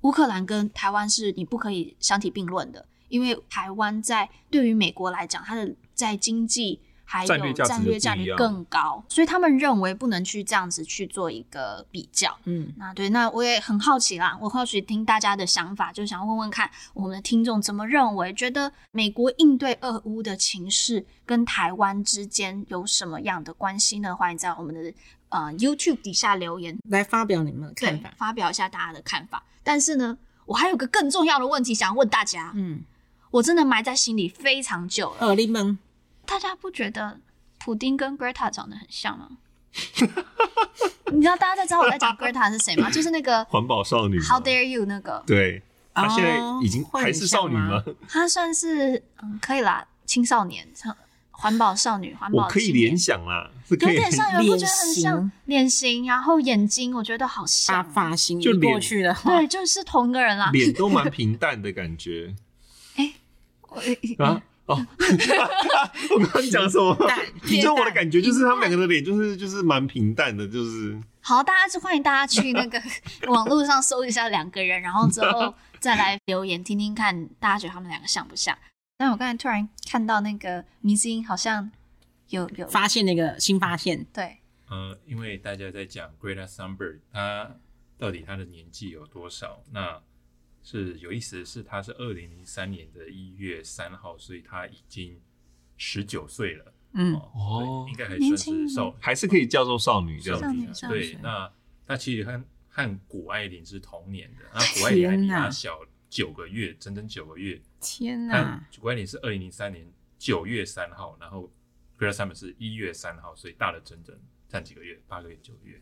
Speaker 5: 乌克兰跟台湾是你不可以相提并论的，因为台湾在对于美国来讲，它的在经济还有
Speaker 6: 战略价值就
Speaker 5: 战略价
Speaker 6: 不一
Speaker 5: 值
Speaker 6: 样
Speaker 5: 更高，所以他们认为不能去这样子去做一个比较。
Speaker 1: 嗯，
Speaker 5: 那对，那我也很好奇啦，我好奇听大家的想法，就想问问看我们的听众怎么认为，觉得美国应对俄乌的情势跟台湾之间有什么样的关系呢？欢迎在我们的呃 YouTube 底下留言，
Speaker 1: 来发表你们的看
Speaker 5: 对
Speaker 1: 法，。
Speaker 5: 发表一下大家的看法。但是呢，我还有个更重要的问题想问大家，
Speaker 1: 嗯，
Speaker 5: 我真的埋在心里非常久了。
Speaker 1: 呃，你们
Speaker 5: 大家不觉得普丁跟 Greta 长得很
Speaker 6: [LAUGHS]
Speaker 5: 像吗？你知道大家在知道我在讲 Greta 是谁
Speaker 6: [LAUGHS]
Speaker 5: 吗？就是那个
Speaker 6: 环保少女嘛
Speaker 5: How dare you 那个，
Speaker 6: 对，她现在已经
Speaker 1: 哦会
Speaker 6: 还
Speaker 1: 很
Speaker 6: 是少女
Speaker 1: 像吗
Speaker 6: 吗？
Speaker 5: 她算是嗯可以啦，青少年，像环保少女，环
Speaker 6: 我
Speaker 5: 保
Speaker 6: 可以
Speaker 5: 青年
Speaker 6: 联想啦，是
Speaker 5: 有
Speaker 6: 可以
Speaker 5: 点像，有人不觉得很
Speaker 1: 脸
Speaker 5: 像
Speaker 1: 型
Speaker 5: 脸型，然后眼睛，我觉得好
Speaker 1: 把
Speaker 5: 像哦，
Speaker 1: 发型
Speaker 6: 就
Speaker 1: 移过
Speaker 6: 脸
Speaker 1: 去的话，
Speaker 5: 对，就是同一个人啦。
Speaker 6: 脸都蛮平淡的感觉 [LAUGHS]
Speaker 5: 我诶诶
Speaker 6: 啊。哦，我刚刚讲什么？
Speaker 5: [LAUGHS]
Speaker 1: 平淡
Speaker 6: 就我的感觉就是他们两个的脸就是就是蛮平淡的，就是
Speaker 5: 好，大家就欢迎大家去那
Speaker 1: [LAUGHS]
Speaker 5: 个网络上搜一下两个人，然后之后再来留言听听看，大家觉得他们两个像不像？但我刚才突然看到那个明星好像有有
Speaker 1: 发现那个新发现，
Speaker 5: 对，
Speaker 7: 呃，因为大家在讲 Greta Thunberg，她到底她的年纪有多少？那是有意思的是，她是二零零三年的一月三号，所以她已经十九岁了。
Speaker 1: 嗯
Speaker 7: 哦，对应该还
Speaker 5: 年
Speaker 7: 算
Speaker 5: 轻
Speaker 7: 是少
Speaker 6: 还是可以叫做少女这样
Speaker 7: 少
Speaker 6: 子。
Speaker 7: 女啊。
Speaker 5: 少女
Speaker 7: 对
Speaker 5: 少女，
Speaker 7: 那她其实和和谷爱凌是同年的，那谷爱凌还比
Speaker 1: 天哪
Speaker 7: 她小九个月，整整九个月。
Speaker 1: 天
Speaker 7: 她
Speaker 1: 哪！
Speaker 7: 谷爱凌是二零零三年九月三号，然后 Greta Thunberg 是一月三号，所以大了整整占几个月，八个月九个月。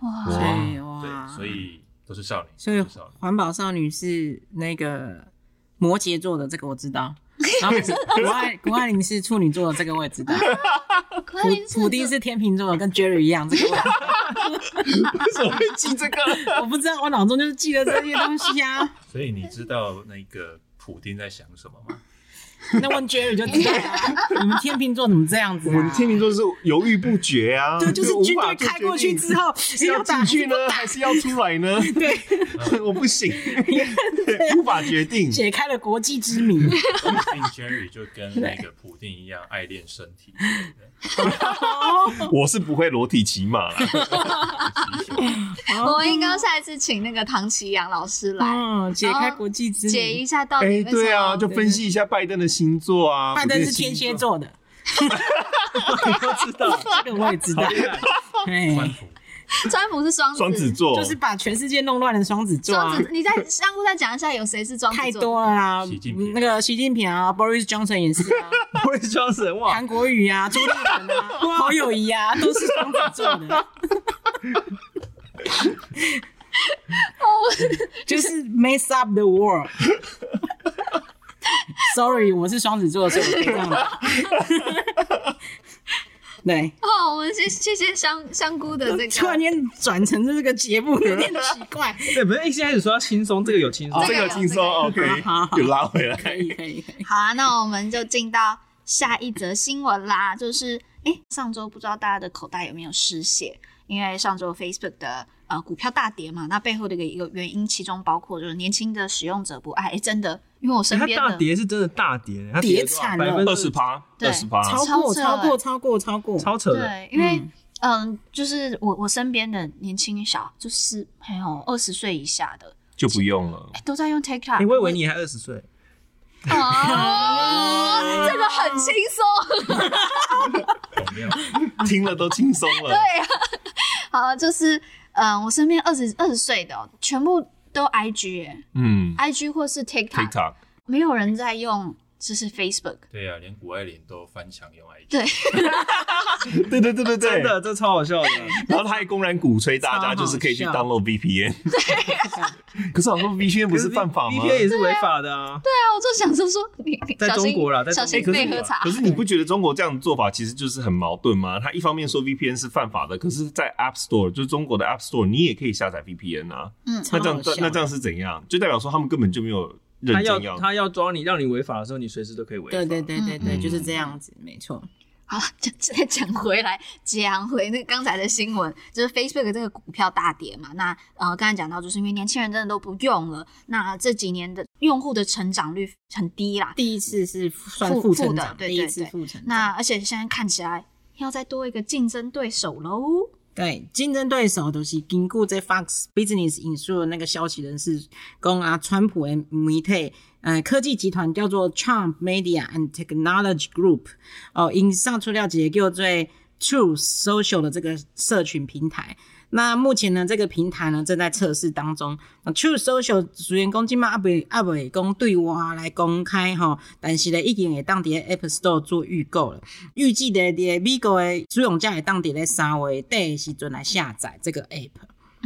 Speaker 5: 哇，
Speaker 6: 哇
Speaker 1: 对
Speaker 7: 对，
Speaker 1: 哎哇，
Speaker 7: 所以都是少女，
Speaker 1: 所以
Speaker 7: 都是少女。
Speaker 1: 环保少女是那个摩羯座的，这个我
Speaker 5: [LAUGHS]
Speaker 1: 知道。然后谷爱谷爱凌是处女座的，这个我
Speaker 5: [LAUGHS]
Speaker 1: 也知道。
Speaker 5: 可
Speaker 1: 普
Speaker 5: 爱林
Speaker 1: 普丁是天秤座的，跟 Jerry 一样，这个我也 [LAUGHS] 知道
Speaker 6: 为什么会记这个？啊
Speaker 1: 我不知道，我脑中就是记得这些东西
Speaker 7: [LAUGHS]
Speaker 1: 啊。
Speaker 7: 所以你知道那个普丁在想什么
Speaker 1: [LAUGHS]
Speaker 7: 吗？
Speaker 1: 那问 Jerry 就知道了。 [LAUGHS] 你们天秤座怎么这样子
Speaker 6: 我
Speaker 1: 啊？
Speaker 6: 们天秤座是犹豫不决啊，
Speaker 1: 对，就是
Speaker 6: 无
Speaker 1: 军
Speaker 6: 法
Speaker 1: 队
Speaker 6: 做
Speaker 1: 开
Speaker 6: 决
Speaker 1: 过去
Speaker 6: 定
Speaker 1: 之后，
Speaker 6: 是要
Speaker 1: 要打
Speaker 6: 进去呢，还是要出来呢？
Speaker 1: [LAUGHS] 对，
Speaker 6: [LAUGHS] 我不
Speaker 1: [LAUGHS]
Speaker 6: 行，无法决定。
Speaker 1: 解开了国际之谜。
Speaker 7: 并 Jerry 就跟那个普丁一样爱恋身体，
Speaker 1: 哦
Speaker 6: 我是不会裸体骑马
Speaker 1: [LAUGHS]
Speaker 6: 啦，
Speaker 5: 我应该下一次请那个唐奇阳老师来
Speaker 1: 嗯，解开国际之
Speaker 5: 解
Speaker 1: 谜。
Speaker 5: 一下到底
Speaker 6: 哎，
Speaker 5: 为什么
Speaker 6: 对啊，就分析一下拜登的星座啊。
Speaker 1: 拜登是
Speaker 6: 普京
Speaker 1: 天
Speaker 6: 的星
Speaker 1: 蝎座的，
Speaker 4: 都知道，
Speaker 1: [LAUGHS] 这个我也知道。
Speaker 7: 川
Speaker 1: 哎，
Speaker 7: 普
Speaker 5: 川普是双子，
Speaker 6: 双子座，
Speaker 1: 就是把全世界弄乱的双子座
Speaker 5: 双
Speaker 1: 啊
Speaker 5: 子，，啊你再相互再讲一下有谁是双子座？
Speaker 1: 太多了啦
Speaker 7: 习近。平
Speaker 1: 那个习近平啊，Boris Johnson 也是
Speaker 7: [LAUGHS]
Speaker 1: 啊，
Speaker 4: 不会装神哇，
Speaker 1: 韩国瑜啊，朱立伦啊，侯友谊啊，都是双子座的。就是 mess up the world。Sorry，我是双子座，所以我可以这样讲。对，
Speaker 5: 哦，我们谢谢谢香香菇的这
Speaker 1: 突然
Speaker 5: 个，
Speaker 1: 间转成这个节目有点奇怪。
Speaker 4: 对，不是一开始说要轻松，这个有轻松
Speaker 6: 哦，这
Speaker 5: 这个有
Speaker 6: 个
Speaker 1: [LAUGHS]
Speaker 6: 轻松，OK，
Speaker 1: 好好好
Speaker 6: 又拉回
Speaker 1: 可
Speaker 6: 来。
Speaker 1: 以可以可以，
Speaker 5: 好啊，那我们就进到下一则新闻啦，就是诶，上周不知道大家的口袋有没有失血，因为上周 Facebook 的呃股票大跌嘛，那背后的一个一个原因，其中包括就是年轻的使用者不爱，诶真的，因为我身
Speaker 4: 它
Speaker 5: 边
Speaker 4: 大
Speaker 5: 的
Speaker 4: 跌是真的大跌，它
Speaker 1: 跌
Speaker 4: 了多少
Speaker 1: 惨了
Speaker 4: 百分之
Speaker 6: 二十，趴，
Speaker 5: 对
Speaker 6: 二十趴，
Speaker 1: 超过超过超过超过，
Speaker 4: 超扯的。
Speaker 5: 对，因为。嗯，就是我我身边的年轻小，就是还有二十岁以下的，
Speaker 6: 就不用了。
Speaker 5: 诶都在用 TikTok。
Speaker 4: 你我以为你还二十岁， [LAUGHS]
Speaker 5: 哦，这个很轻松。
Speaker 7: 同样
Speaker 6: 听了都轻松了。
Speaker 5: 好，就是嗯、呃我身边二十二十岁的哦、全部都 IG，IG、
Speaker 6: 嗯
Speaker 5: IG 或是 TikTok，
Speaker 1: [LAUGHS]
Speaker 6: ，TikTok
Speaker 5: 没有人在用这是 Facebook。
Speaker 7: 对啊，连谷爱凌都翻墙用 IG。
Speaker 5: 对
Speaker 6: 对对对对对
Speaker 4: 真，的，这超好笑的。
Speaker 6: [LAUGHS] 然后他还公然鼓吹大
Speaker 1: 超
Speaker 6: 家
Speaker 1: 好
Speaker 6: 就是可以去
Speaker 1: 笑
Speaker 6: download VPN，可是好像 VPN 不是犯法吗？
Speaker 4: v p n 也是违法的啊。
Speaker 5: 对啊，我就想说说你你
Speaker 4: 在
Speaker 5: 小心
Speaker 4: 中国啦在中
Speaker 5: 小
Speaker 4: 国
Speaker 5: 心
Speaker 4: 可是
Speaker 5: 被喝茶
Speaker 6: 可。是你不觉得中国这样的做法其实就是很矛盾吗？他一方面说 VPN 是犯法的，可是，在 App Store 就是中国的 App Store，你也可以下载 VPN 啊。
Speaker 5: 嗯
Speaker 6: 那这样
Speaker 1: 超好笑
Speaker 6: 那这样是怎样？就代表说他们根本就没有认
Speaker 5: 啊
Speaker 4: 他
Speaker 6: 真
Speaker 4: 要
Speaker 6: 要。
Speaker 4: 他要抓你，让你违法的时候，你随时都可以违法。
Speaker 1: 对对对对对，
Speaker 6: 嗯
Speaker 1: 就是这样子，没错。
Speaker 5: 好，就再讲回来，讲回那个刚才的新闻，就是 Facebook 这个股票大跌嘛。那呃，刚才讲到，就是因为年轻人真的都不用了，那这几年的用户的成长率很低啦。
Speaker 1: 第一次是算
Speaker 5: 负
Speaker 1: 负成
Speaker 5: 负的
Speaker 1: 长，
Speaker 5: 对
Speaker 1: 第
Speaker 5: 对
Speaker 1: 一次
Speaker 5: 对
Speaker 1: 负成长。
Speaker 5: 那而且现在看起来要再多一个竞争对手喽。
Speaker 1: 对，竞争对手都是根据这 Fox Business 引述的那个消息人士讲啊，川普的媒体，呃，科技集团叫做 Trump Media and Technology Group，哦，因上出了几个叫做 True Social 的这个社群平台。那目前呢，这个平台呢正在测试当中。那 True Social 虽然讲今嘛阿未阿未讲对外来公开吼，但是呢已经会当伫 App Store 做预购了。预计的伫美国的使用者会当伫咧三月底的时阵来下载这个 app。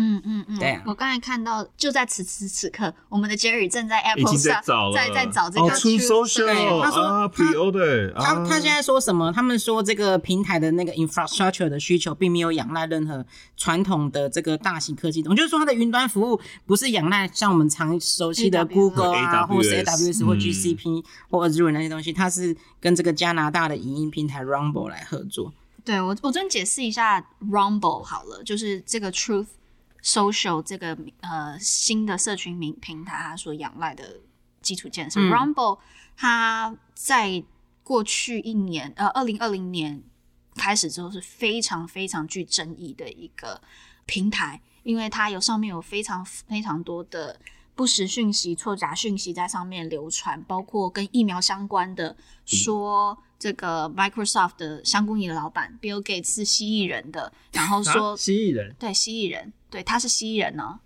Speaker 5: 嗯嗯嗯，
Speaker 1: 对啊
Speaker 5: 我刚才看到，就在此时此刻，我们的 Jerry 正在
Speaker 6: 已
Speaker 5: Apple
Speaker 6: 经在
Speaker 5: 上
Speaker 6: 找了，
Speaker 5: 在在找这个
Speaker 6: 哦，出
Speaker 5: True
Speaker 6: social，
Speaker 1: 对他说
Speaker 6: 啊
Speaker 1: 他
Speaker 6: ，pre-order，
Speaker 1: 他
Speaker 6: 啊，
Speaker 1: 他现在说什么？他们说这个平台的那个 infrastructure 的需求并没有仰赖任何传统的这个大型科技，我就是说它的云端服务不是仰赖像我们常熟悉的
Speaker 5: AWS
Speaker 1: Google
Speaker 6: AWS
Speaker 1: 啊，或是 AWS 或
Speaker 6: 嗯
Speaker 1: GCP 或 Azure 那些东西，它是跟这个加拿大的影音平台 Rumble 来合作。
Speaker 5: 对我，我真解释一下 Rumble 好了，就是这个 Truth Social 这个呃新的社群名平台，它所仰赖的基础建设。
Speaker 1: 嗯
Speaker 5: Rumble 它在过去一年，呃，二零二零年开始之后是非常非常具争议的一个平台，因为它有上面有非常非常多的。不实讯息、错杂讯息在上面流传，包括跟疫苗相关的，
Speaker 4: 嗯
Speaker 5: 说这个 Microsoft 的香菇泥的老板 Bill Gates 是蜥蜴人的，然后说、
Speaker 4: 啊蜥蜴人，
Speaker 5: 对蜥蜴人，对他是蜥蜴人哦，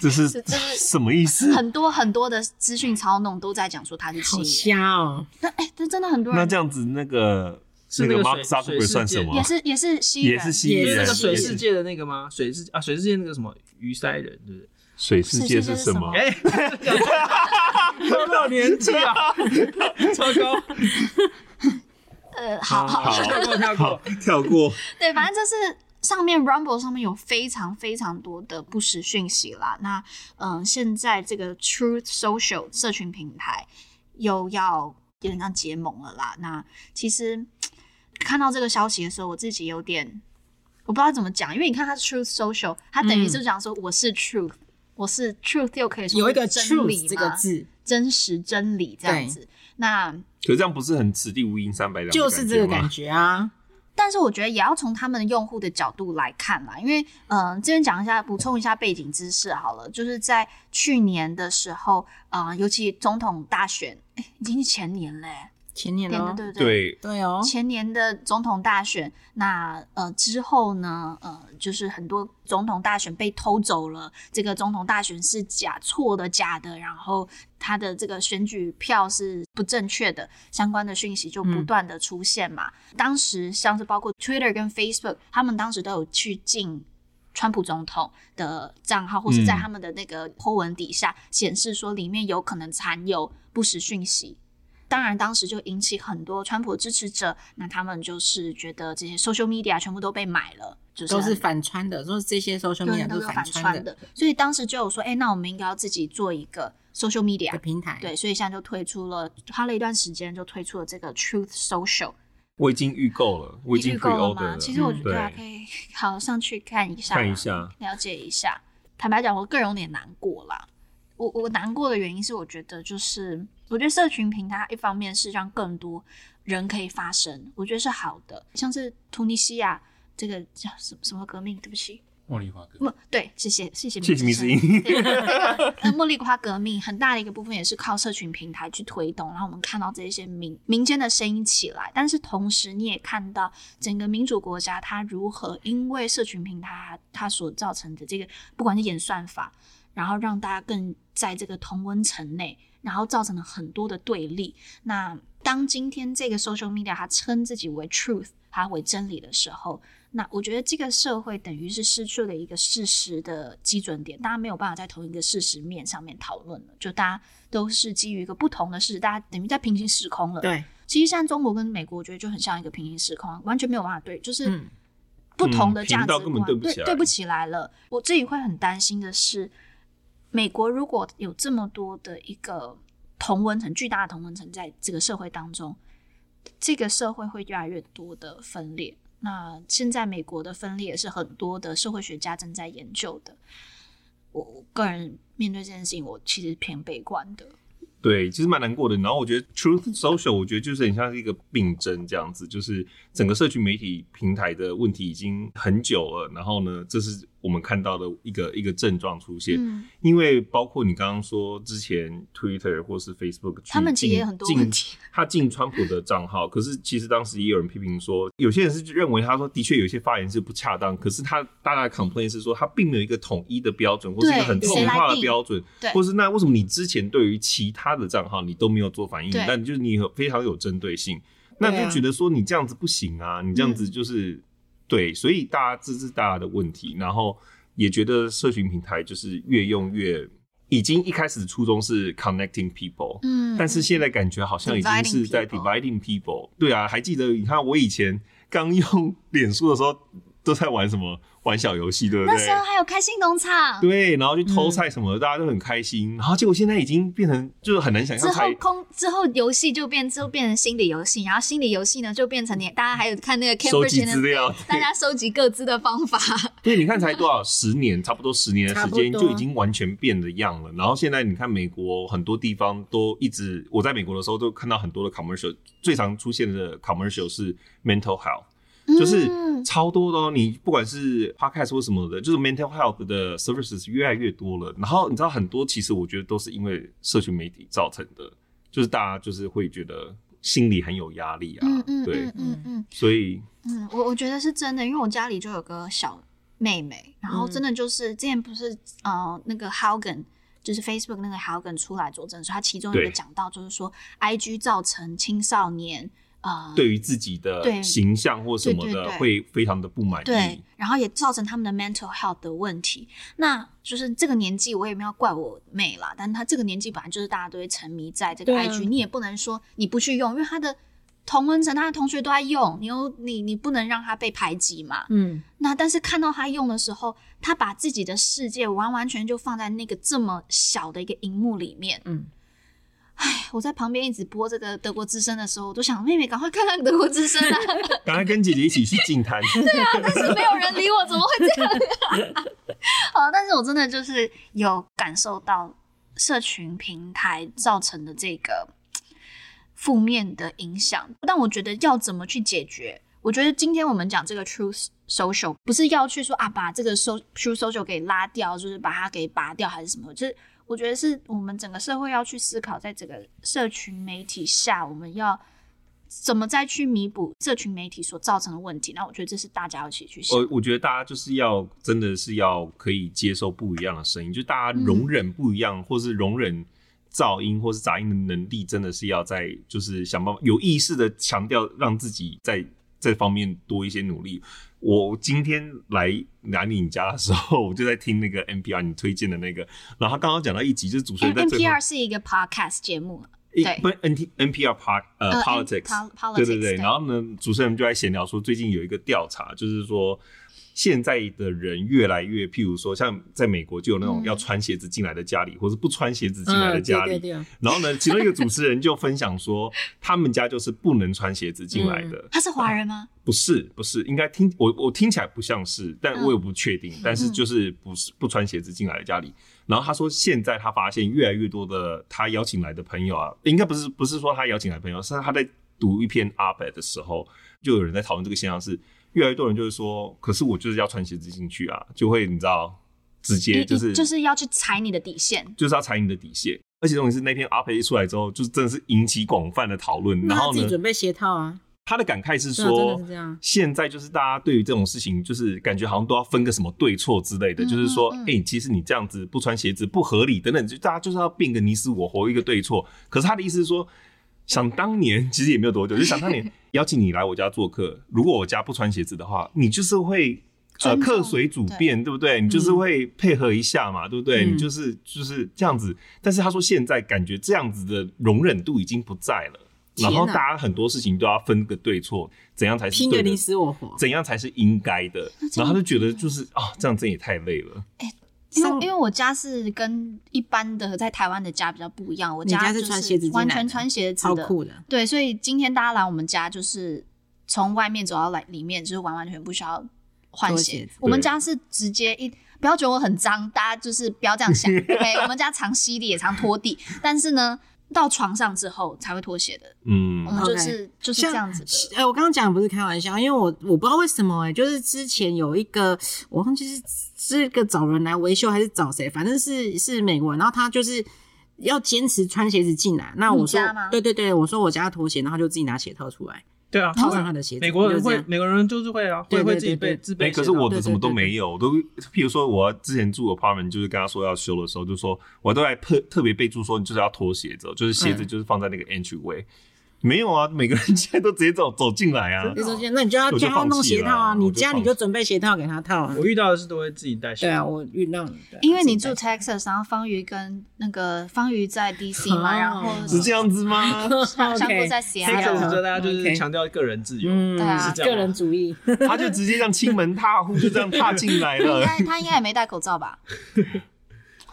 Speaker 6: 这是
Speaker 5: 这这是
Speaker 6: 什么意思？
Speaker 5: 很多很多的资讯操弄都在讲说他是蜥蜴
Speaker 1: 好
Speaker 5: 人，
Speaker 1: 瞎哦！
Speaker 5: 但哎，但真的很多
Speaker 6: 那
Speaker 5: 人
Speaker 6: 这样子，那个
Speaker 4: 是
Speaker 6: 那
Speaker 4: 那
Speaker 6: 个
Speaker 4: 个
Speaker 6: Mark
Speaker 4: 水
Speaker 6: Zuckerberg
Speaker 4: 水世
Speaker 6: 算
Speaker 4: 界
Speaker 6: 什么
Speaker 5: 也？是也是蜥蜴
Speaker 6: 也
Speaker 5: 人，
Speaker 6: 是蜥
Speaker 1: 也
Speaker 6: 蜴
Speaker 1: 是
Speaker 6: 人，
Speaker 4: 那个水
Speaker 1: 蜥蜴
Speaker 4: 世界的那个吗？水世啊，水世界那个什么鱼鳃人，对不对？
Speaker 6: 水世界是什么？
Speaker 4: 哎，透露年纪啊， [LAUGHS] 糟糕，
Speaker 5: 呃，好好，
Speaker 6: 好
Speaker 4: 跳过跳
Speaker 6: [LAUGHS]
Speaker 4: 过
Speaker 6: 好。，跳过。
Speaker 5: 对，反正这是上面 Rumble 上面有非常非常多的不实讯息啦。那嗯、呃现在这个 Truth Social 社群平台又要有点像结盟了啦。那其实嘖看到这个消息的时候，我自己有点我不知道怎么讲，因为你看它 Truth Social，它等于
Speaker 1: 嗯
Speaker 5: 是讲说我是 Truth，、我是 Truth 又可以说
Speaker 1: 有一个
Speaker 5: 是真理
Speaker 1: truth
Speaker 5: 嘛
Speaker 1: 这个，字，
Speaker 5: 真实真理这样
Speaker 1: 对
Speaker 5: 子。那
Speaker 6: 可是这样不是很此地无银三百两？
Speaker 1: 就是这个感
Speaker 6: 觉
Speaker 1: 觉啊。
Speaker 5: 但是我觉得也要从他们用户的角度来看啦，因为嗯、呃这边讲一下，补充一下背景知识好了，就是在去年的时候，啊、尤其总统大选，哎，已经是前年嘞、
Speaker 1: 前年
Speaker 5: 对
Speaker 1: 哦，
Speaker 5: 对
Speaker 6: 吗。对，
Speaker 1: 对哦，
Speaker 5: 前年的总统大选，那呃之后呢，呃，就是很多总统大选被偷走了，这个总统大选是假错的、假的，然后他的这个选举票是不正确的，相关的讯息就不
Speaker 1: 嗯
Speaker 5: 断的出现嘛。当时像是包括 Twitter 跟 Facebook，他们当时都有去进。川普总统的账号，或是在
Speaker 6: 嗯
Speaker 5: 他们的那个 po 文底下显示说，里面有可能含有不实讯息，当然，当时就引起很多川普支持者，那他们就是觉得这些 social media 全部都被买了，就是
Speaker 1: 都是
Speaker 5: 很
Speaker 1: 反穿的，说这些 social
Speaker 5: 对
Speaker 1: media
Speaker 5: 都是
Speaker 1: 都是
Speaker 5: 反
Speaker 1: 反
Speaker 5: 穿
Speaker 1: 穿
Speaker 5: 的
Speaker 1: 的，
Speaker 5: 所以当时就有说，哎、那我们应该要自己做一个 social
Speaker 1: 的
Speaker 5: media。
Speaker 1: 平台。
Speaker 5: 对，所以现在就推出了，花了一段时间就推出了这个 Truth Social，
Speaker 6: 我已经预购了，我已经
Speaker 5: 你预购了
Speaker 6: pre-order
Speaker 5: 吗？
Speaker 6: 了。
Speaker 5: 其实我觉
Speaker 6: 对
Speaker 5: 得、啊、可以好上去看一下啦，
Speaker 6: 看一下
Speaker 5: 了解一下。坦白讲，我个人有点难过啦。我我难过的原因是，我觉得就是，我觉得社群平台一方面是让更多人可以发声，我觉得是好的。像是突尼西亚这个叫什么什么革命？对不起，
Speaker 7: 茉莉花哥，
Speaker 5: 不对，谢谢谢谢
Speaker 6: 谢谢
Speaker 5: 米
Speaker 6: 米
Speaker 5: 斯
Speaker 6: 斯
Speaker 5: 英
Speaker 6: 英。
Speaker 5: 对那个呃茉莉花革命很大的一个部分也是靠社群平台去推动，然后我们看到这些民民间的声音起来，但是同时你也看到整个民主国家它如何因为社群平台它所造成的这个，不管是演算法，然后让大家更在这个同温层内，然后造成了很多的对立。那当今天这个 social media 它称自己为 truth，它为真理的时候，那我觉得这个社会等于是失去了一个事实的基准点，大家没有办法在同一个事实面上面讨论了，就大家都是基于一个不同的事实，大家等于在平行时空了。
Speaker 1: 对，
Speaker 5: 其实现在中国跟美国，我觉得就很像一个平行时空，啊完全没有办法对，就是
Speaker 1: 嗯
Speaker 5: 不同的价值
Speaker 6: 嗯频道
Speaker 5: 观，
Speaker 6: 根本对不起来
Speaker 5: 对不起来了。我自己会很担心的是，美国如果有这么多的一个同温层，巨大的同温层在这个社会当中，这个社会会越来越多的分裂。那现在美国的分裂也是很多的社会学家正在研究的。我我个人面对这件事情，我其实偏悲观的。
Speaker 6: 对，其实蛮难过的。然后我觉得 Truth Social，我觉得就是很像是一个病症这样子，就是整个社群媒体平台的问题已经很久了。然后呢，这是我们看到的一个一个症状出现。
Speaker 5: 嗯，
Speaker 6: 因为包括你刚刚说之前 Twitter 或是 Facebook，
Speaker 5: 他们其实
Speaker 6: 禁
Speaker 5: 也很多
Speaker 6: 禁
Speaker 5: 问题
Speaker 6: 他进川普的账号，可是其实当时也有人批评说，有些人是认为他说的确有一些发言是不恰当，可是他大家的 complain 是说他并没有一个统一的标准，或是一个
Speaker 5: 对
Speaker 6: 很透
Speaker 5: 谁
Speaker 6: 明
Speaker 5: 来
Speaker 6: 化的
Speaker 5: 定
Speaker 6: 标准，
Speaker 5: 对
Speaker 6: 或是那为什么你之前对于其他的账号你都没有做反应
Speaker 5: 对，
Speaker 6: 那你就是你有非常有针对性，那
Speaker 1: 对啊
Speaker 6: 就觉得说你这样子不行啊，你这样子就是、
Speaker 5: 嗯
Speaker 6: 对，所以大家这是大家的问题，然后也觉得社群平台就是越用越。已经一开始的初衷是 connecting people，
Speaker 5: 嗯
Speaker 6: 但是现在感觉好像已经是在 dividing people。对啊，还记得你看我以前刚用脸书的时候，都在玩什么玩小游戏，对不
Speaker 5: 那
Speaker 6: 对？
Speaker 5: 时候还有开心农场，
Speaker 6: 对，然后去偷菜什么的，大家都很开心。然后结果现在已经变成，就是很难想
Speaker 5: 之
Speaker 6: 象
Speaker 5: 后
Speaker 6: 才
Speaker 5: 空之后游戏就变就变成心理游戏，然后心理游戏呢就变成你大家还有看那个
Speaker 6: 收集
Speaker 5: Cambridge
Speaker 6: 资
Speaker 5: Analytica，
Speaker 6: 料。
Speaker 5: 大家收集各自的方法。
Speaker 6: 对，你看才多少十年，差不多十年的时间
Speaker 1: 差不多
Speaker 6: 就已经完全变了样了。然后现在你看美国很多地方都一直，我在美国的时候都看到很多的 commercial，最常出现的 commercial 是 mental health。就是
Speaker 5: 嗯
Speaker 6: 超多的、哦，你不管是 podcast 或什么的，就是 mental health 的 services 越来越多了。然后你知道很多，其实我觉得都是因为社群媒体造成的，就是大家就是会觉得心里很有压力啊，
Speaker 5: 嗯嗯
Speaker 6: 对
Speaker 5: 嗯，嗯嗯
Speaker 6: 所以
Speaker 5: 嗯，我我觉得是真的，因为我家里就有个小妹妹，
Speaker 6: 嗯
Speaker 5: 然后真的就是、之前不是呃那个 Haugen。就是 Facebook 那个 Haugen 出来作证的时候，他其中有一个
Speaker 6: 对
Speaker 5: 讲到，就是说 IG 造成青少年呃
Speaker 6: 对于自己的
Speaker 5: 对
Speaker 6: 形象或什么
Speaker 5: 对对
Speaker 6: 的
Speaker 5: 对
Speaker 6: 会非常的不满
Speaker 5: 对
Speaker 1: 嗯
Speaker 6: 意。，
Speaker 5: 然后也造成他们的 mental health 的问题。那就是这个年纪，我也没有怪我妹啦，但她这个年纪本来就是大家都会沉迷在这个
Speaker 1: 对啊
Speaker 5: IG，、你也不能说你不去用，因为她的同温层、她的同学都在用，你又你你不能让她被排挤嘛。
Speaker 1: 嗯，
Speaker 5: 那但是看到她用的时候，她把自己的世界完完全就放在那个这么小的一个荧幕里面，
Speaker 1: 嗯。
Speaker 5: 唉，我在旁边一直播这个德国之声的时候，我都想妹妹赶快看看德国之声啊！
Speaker 6: 赶快跟姐姐一起
Speaker 5: [LAUGHS]
Speaker 6: 去净滩， [LAUGHS]
Speaker 5: 但是没有人理我，怎么会这样、啊？哦，但是我真的就是有感受到社群平台造成的这个嘖负面的影响，但我觉得要怎么去解决？我觉得今天我们讲这个 Truth Social，不是要去说啊把这个 so Truth Social 给拉掉，就是把它给拔掉还是什么？就是我觉得是我们整个社会要去思考，在这个社群媒体下，我们要怎么再去弥补社群媒体所造成的问题？那我觉得这是大家要一起去想。
Speaker 6: 我我觉得大家就是要真的是要可以接受不一样的声音，就大家
Speaker 5: 嗯
Speaker 6: 容忍不一样，或是容忍噪音或是杂音的能力，真的是要在就是想办法有意识的强调，让自己在这方面多一些努力。我今天来来你家的时候，我就在听那个 NPR 你推荐的那个，然后他刚刚讲到一集，就是主持人
Speaker 5: N
Speaker 6: 在
Speaker 5: N
Speaker 6: 最
Speaker 5: P
Speaker 6: 后
Speaker 5: R 是一个 podcast 节目，
Speaker 6: 一
Speaker 5: 对
Speaker 6: 不 N T N P R po 呃
Speaker 5: 呃
Speaker 6: politics，
Speaker 5: N- pol-
Speaker 6: 对
Speaker 5: politics，
Speaker 6: 对对。
Speaker 5: 对
Speaker 6: 然后呢，主持人就在闲聊说，最近有一个调查，就是说现在的人越来越，譬如说像在美国就有那种
Speaker 5: 嗯
Speaker 6: 要穿鞋子进来的家里，或是不穿鞋子进来的
Speaker 1: 嗯，
Speaker 6: 家里。
Speaker 1: 对对对，
Speaker 6: 然后呢，其中一个主持人就分享说，他们家就是不能穿鞋子进来
Speaker 1: 嗯
Speaker 6: 的。
Speaker 5: 他是华人吗？
Speaker 6: 不是，不是，应该听我我听起来不像是，但我也不确定。但是就是不是不穿鞋子进来的家里。然后他说，现在他发现越来越多的他邀请来的朋友啊，应该不是不是说他邀请来的朋友，是他在读一篇 a r b 的时候，就有人在讨论这个现象是，越来越多人就是说，可是我就是要穿鞋子进去啊，就会你知道，直接
Speaker 5: 你
Speaker 6: 就是
Speaker 5: 你就是要去踩你的底线。
Speaker 6: 就是要踩你的底线。而且重点是那篇 a r b 一出来之后，就真的是引起广泛的讨论。然
Speaker 1: 那他
Speaker 6: 后
Speaker 1: 自己
Speaker 6: 呢，
Speaker 1: 准备鞋套啊，
Speaker 6: 他的感慨是
Speaker 8: 对啊真的
Speaker 6: 说
Speaker 8: 是这样，
Speaker 6: 现在就是大家对于这种事情，就是感觉好像都要分个什么对错之类的，
Speaker 8: 嗯
Speaker 6: 就是说，哎、其实你这样子不穿鞋子不合理等等，就大家就是要变个你死我活一个对错。可是他的意思是说，想当年其实也没有多久，就想当年邀请你来我家做客，如果我家不穿鞋子的话，你就是会。呃，
Speaker 2: 尊重
Speaker 6: 客随主
Speaker 2: 对
Speaker 6: 便，对不对？你就是会配合一下嘛，对不对？
Speaker 8: 嗯
Speaker 6: 你就是就是这样子。但是他说现在感觉这样子的容忍度已经不在了，
Speaker 8: 天
Speaker 6: 然
Speaker 8: 哪
Speaker 6: 后大家很多事情都要分个对错，怎样才是
Speaker 1: 拼个
Speaker 6: 对的
Speaker 1: 你，死我活。
Speaker 6: 怎样才是应该的。然后他就觉得就是啊，这样真也太累了。
Speaker 5: 因为
Speaker 1: 上
Speaker 5: 因为我家是跟一般的在台湾的家比较不一样，我
Speaker 1: 你家
Speaker 5: 就是
Speaker 1: 穿鞋子进来
Speaker 5: 完
Speaker 1: 的
Speaker 5: 全穿鞋子
Speaker 1: 超
Speaker 5: 的，
Speaker 1: 酷的，
Speaker 5: 对，所以今天大家来我们家就是从外面走到来里面，就是完完全全不需要换
Speaker 1: 脱鞋
Speaker 5: 鞋
Speaker 1: 子。
Speaker 5: 我们家是直接一，不要觉得我很脏，大家就是不要这
Speaker 6: [LAUGHS]
Speaker 5: 样想。OK，我们家常吸地也常拖地，但是呢，到床上之后才会脱鞋的，
Speaker 6: 嗯
Speaker 5: 我，们就
Speaker 1: OK
Speaker 5: 是就是
Speaker 8: 像
Speaker 5: 这样子的。
Speaker 8: 呃，我刚刚讲的不是开玩笑，因为我我不知道为什么哎、就是之前有一个我忘记是这个找人来维修还是找谁，反正是是美国人，然后他就是要坚持穿鞋子进来。那我说
Speaker 5: 你家吗
Speaker 8: 对对对，我说我家拖鞋，然后他就自己拿鞋套出来
Speaker 4: 对
Speaker 5: 哦
Speaker 4: 啊，
Speaker 8: 套上他的鞋子。
Speaker 4: 美国
Speaker 8: 就
Speaker 4: 人
Speaker 8: 这
Speaker 4: 会
Speaker 8: 样，
Speaker 4: 美国人就是会啊，会
Speaker 8: 对对
Speaker 4: 会自己
Speaker 8: 对
Speaker 4: 被
Speaker 8: 对
Speaker 4: 自备
Speaker 6: 哎，
Speaker 4: 鞋套。
Speaker 6: 可是我的
Speaker 8: 对
Speaker 6: 怎么都
Speaker 8: 对对
Speaker 6: 没有，我都譬如说我之前住 apartment，就是跟他说要修的时候，就说我都还特特别备注说你就是要脱鞋子哦，就是鞋子就是放在那个 entry way。没有啊，每个人现在都直接走走进来啊。
Speaker 8: 就
Speaker 5: 哦
Speaker 8: 说那你就要
Speaker 6: 我就
Speaker 8: 叫他
Speaker 6: 放
Speaker 8: 弄
Speaker 6: 弃
Speaker 8: 鞋
Speaker 6: 了
Speaker 8: 套啊，
Speaker 6: 我
Speaker 8: 你
Speaker 6: 就
Speaker 8: 家
Speaker 6: 放
Speaker 8: 你就
Speaker 6: 弃
Speaker 8: 准备鞋套给他套啊。
Speaker 4: 我遇到的是都会自己带鞋
Speaker 8: 对啊，
Speaker 4: 套。
Speaker 8: 我遇到你，对啊
Speaker 5: 因为你
Speaker 8: 自
Speaker 5: 住
Speaker 8: 己带
Speaker 5: Texas，然后方瑜跟那个方瑜在 DC 嘛，
Speaker 8: 哦
Speaker 5: 然后
Speaker 6: 是这样子
Speaker 1: [LAUGHS]
Speaker 6: 吗？
Speaker 1: 哦
Speaker 5: 香香菇
Speaker 8: OK
Speaker 5: 在 s e a
Speaker 4: 这
Speaker 5: t
Speaker 4: 个
Speaker 5: t
Speaker 4: 我觉得大家就是
Speaker 8: OK
Speaker 4: 强调个人自由，
Speaker 8: 嗯，
Speaker 5: 对啊
Speaker 4: 是这样
Speaker 8: 个
Speaker 4: 吗
Speaker 8: 人主义。
Speaker 6: 他就直接这样亲门踏户，就这样踏进来
Speaker 5: 应
Speaker 6: 了。
Speaker 5: 该他应该也没戴口罩吧？ [LAUGHS]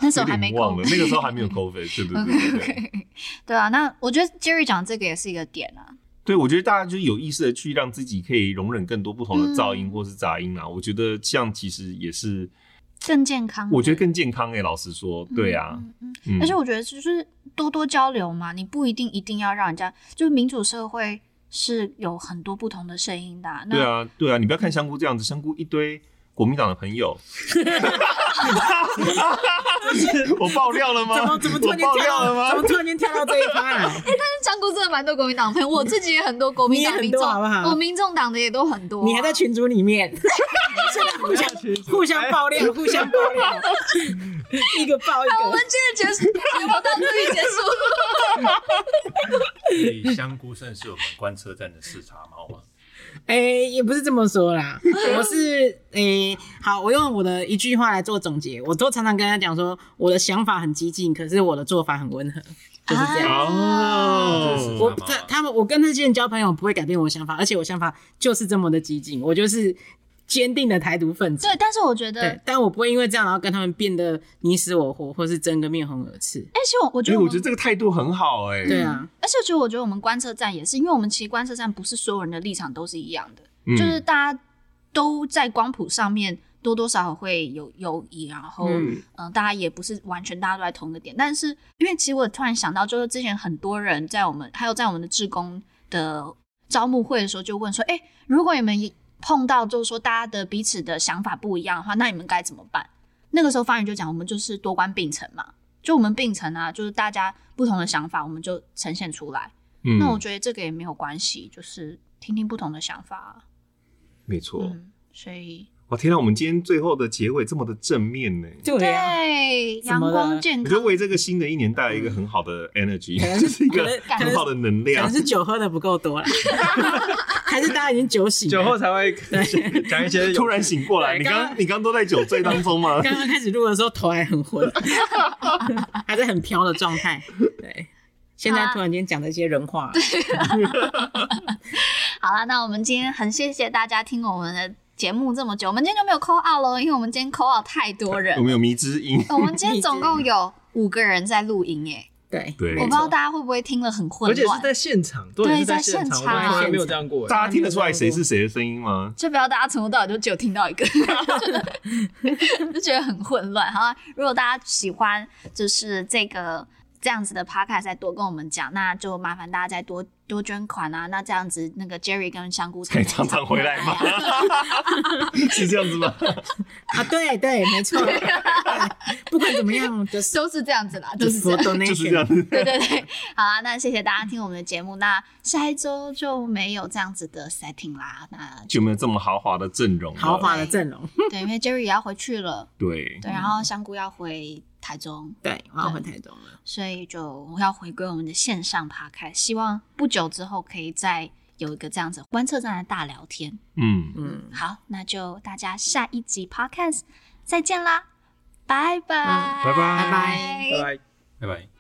Speaker 5: 那时
Speaker 6: 有
Speaker 5: 候还没
Speaker 6: 点忘
Speaker 5: 空
Speaker 6: 了，。那个时候还没有 COVID，对对对对对。
Speaker 5: [LAUGHS] 对啊，那我觉得 Jerry 讲这个也是一个点啊。
Speaker 6: 对，我觉得大家就有意识的去让自己可以容忍更多不同的噪
Speaker 1: 嗯
Speaker 6: 音或是杂音啊。我觉得这样其实也是，
Speaker 5: 更健康，
Speaker 6: 我觉得更健康诶、老实说，对啊，
Speaker 5: 嗯，
Speaker 6: 嗯
Speaker 5: 而且我觉得就是多多交流嘛，你不一定一定要让人家，就是民主社会是有很多不同的声音的、那
Speaker 6: 对，啊，对啊，你不要看香菇这样子，香菇一堆国民党的朋友。 [LAUGHS] 我爆料了吗？
Speaker 1: 怎么怎么突
Speaker 6: 我
Speaker 1: 然间
Speaker 6: 爆料
Speaker 1: 跳
Speaker 6: 了
Speaker 1: 到怎
Speaker 6: 吗
Speaker 1: 么？突然间跳到这一趴啊来？
Speaker 5: 香菇真的蛮多国民党朋友，我自己也很多国民党
Speaker 1: [LAUGHS] 你也
Speaker 5: 民
Speaker 1: 很多
Speaker 5: 众，
Speaker 1: 好不好
Speaker 5: 我民众党的也都很多、啊
Speaker 1: 你还在？群组里面，互相互相爆料，互相爆料， [LAUGHS] 一个爆一
Speaker 5: [LAUGHS] 我们
Speaker 1: 个。
Speaker 5: 今天结束，聊到这里结束。
Speaker 7: 所以香菇算是我们观测站的视察猫嘛。
Speaker 1: 哎、也不是这么说
Speaker 5: [LAUGHS]
Speaker 1: 啦，我是哎、好，我用我的一句话来做总结。我都常常跟他讲说，我的想法很激进，可是我的做法很温和， [LAUGHS] 就是这样。
Speaker 7: 嗯
Speaker 6: 哦，
Speaker 1: 我他他们，我跟那些人交朋友不会改变我的想法，而且我想法就是这么的激进，我就是坚定的台独分子。
Speaker 5: 对，但是我觉得，哎
Speaker 1: 对，但我不会因为这样然后跟他们变得你死我活，或是争个面红耳赤。
Speaker 5: 而且我我觉
Speaker 6: 因为
Speaker 5: 得
Speaker 6: 我
Speaker 5: 我
Speaker 6: 觉得
Speaker 5: 们
Speaker 6: 这个态度很好诶、
Speaker 1: 对啊，
Speaker 5: 而且，其实我觉得我们观测站也是，因为我们其实观测站不是所有人的立场都是一样的，
Speaker 6: 嗯
Speaker 5: 就是大家都在光谱上面多多少少会有犹疑，然后嗯、呃大家也不是完全大家都在同一个点。但是，因为其实我突然想到，就是之前很多人在我们还有在我们的志工的招募会的时候就问说，哎，如果你们碰到就是说大家的彼此的想法不一样的话，那你们该怎么办？那个时候方宇就讲，我们就是多观并成嘛。就我们并成啊，就是大家不同的想法，我们就呈现出来。
Speaker 6: 嗯，
Speaker 5: 那我觉得这个也没有关系，就是听听不同的想法啊。
Speaker 6: 没错。
Speaker 5: 嗯，所以
Speaker 6: 哇，天哪，我们今天最后的结尾这么的正面呢、
Speaker 1: 对啊，
Speaker 5: 对
Speaker 1: 怎
Speaker 5: 阳
Speaker 1: 么了
Speaker 5: 光健
Speaker 6: 我觉得
Speaker 5: 康，
Speaker 6: 为这个新的一年带来一个很好的 energy，、[LAUGHS]
Speaker 1: 嗯可能
Speaker 6: 就是是一个
Speaker 1: 可能
Speaker 6: 很好的能
Speaker 1: 可
Speaker 6: 量
Speaker 1: 能。是酒喝的不够多啦，还是大家已经酒醒了，
Speaker 4: 酒后才会讲一些
Speaker 6: [LAUGHS]
Speaker 4: 有
Speaker 6: 突然醒过来，
Speaker 1: 对
Speaker 6: 你
Speaker 1: 刚
Speaker 6: 刚
Speaker 1: 刚
Speaker 6: 你刚都在酒醉当中吗？
Speaker 1: 刚刚开始录的时候头还很昏， [LAUGHS] 还在很飘的状态。对，现在突然间讲了一些人话，
Speaker 5: 好了，那我们今天很谢谢大家听我们的节目这么久，我们今天就没有扣 out 喽，因为我们今天扣 out 太多
Speaker 6: [LAUGHS]
Speaker 5: 人
Speaker 6: 我们，有迷之音，
Speaker 5: 我们今天总共有 [LAUGHS] 五个人在录音耶，
Speaker 1: 对，
Speaker 6: 对
Speaker 5: 我不知道大家会不会听了很混
Speaker 4: 而且是
Speaker 5: 乱，
Speaker 4: 在现场，
Speaker 5: 对
Speaker 4: 对，是
Speaker 5: 在
Speaker 4: 现
Speaker 5: 现
Speaker 4: 我们从来没有
Speaker 1: 场
Speaker 4: 这样过。哎
Speaker 6: 大家听得出来谁是谁的声音
Speaker 5: [LAUGHS]
Speaker 6: 吗？
Speaker 5: 就不要大家从头到尾就只有听到一个， [LAUGHS] 就觉得很混乱。好啊，如果大家喜欢就是这个这样子的 podcast 再多跟我们讲，那就麻烦大家再多多捐款啊。那这样子，那个 Jerry 跟香菇才
Speaker 6: 可以常常回来吗
Speaker 5: 常常回啊
Speaker 6: 是这样子吗？
Speaker 8: 啊，对对，没错，对不管怎么样，就是
Speaker 5: [LAUGHS] 都是这样子啦，
Speaker 8: 就
Speaker 5: 就是是这
Speaker 8: 说
Speaker 5: 样。
Speaker 6: 就是这样子。
Speaker 5: 对 [LAUGHS] 对对，好啦，那谢谢大家听我们的节目，那下一周就没有这样子的 setting 啦。 [LAUGHS] 那
Speaker 6: 就没有这么豪华的阵容了，
Speaker 8: 豪华的阵容。 [LAUGHS]
Speaker 5: 对，因为 Jerry 也要回去了，
Speaker 6: 对，
Speaker 5: 对，然后香菇要回台中，
Speaker 8: 对，我要回台中了。
Speaker 5: 所以就要回归我们的线上 p 开，希望不久之后可以再有一个这样子观测站的大聊天。
Speaker 6: 嗯，
Speaker 8: 嗯，
Speaker 5: 好，那就大家下一集 podcast 嗯再见啦，拜拜，
Speaker 6: 拜拜
Speaker 5: 拜
Speaker 4: 拜拜。
Speaker 7: 拜拜。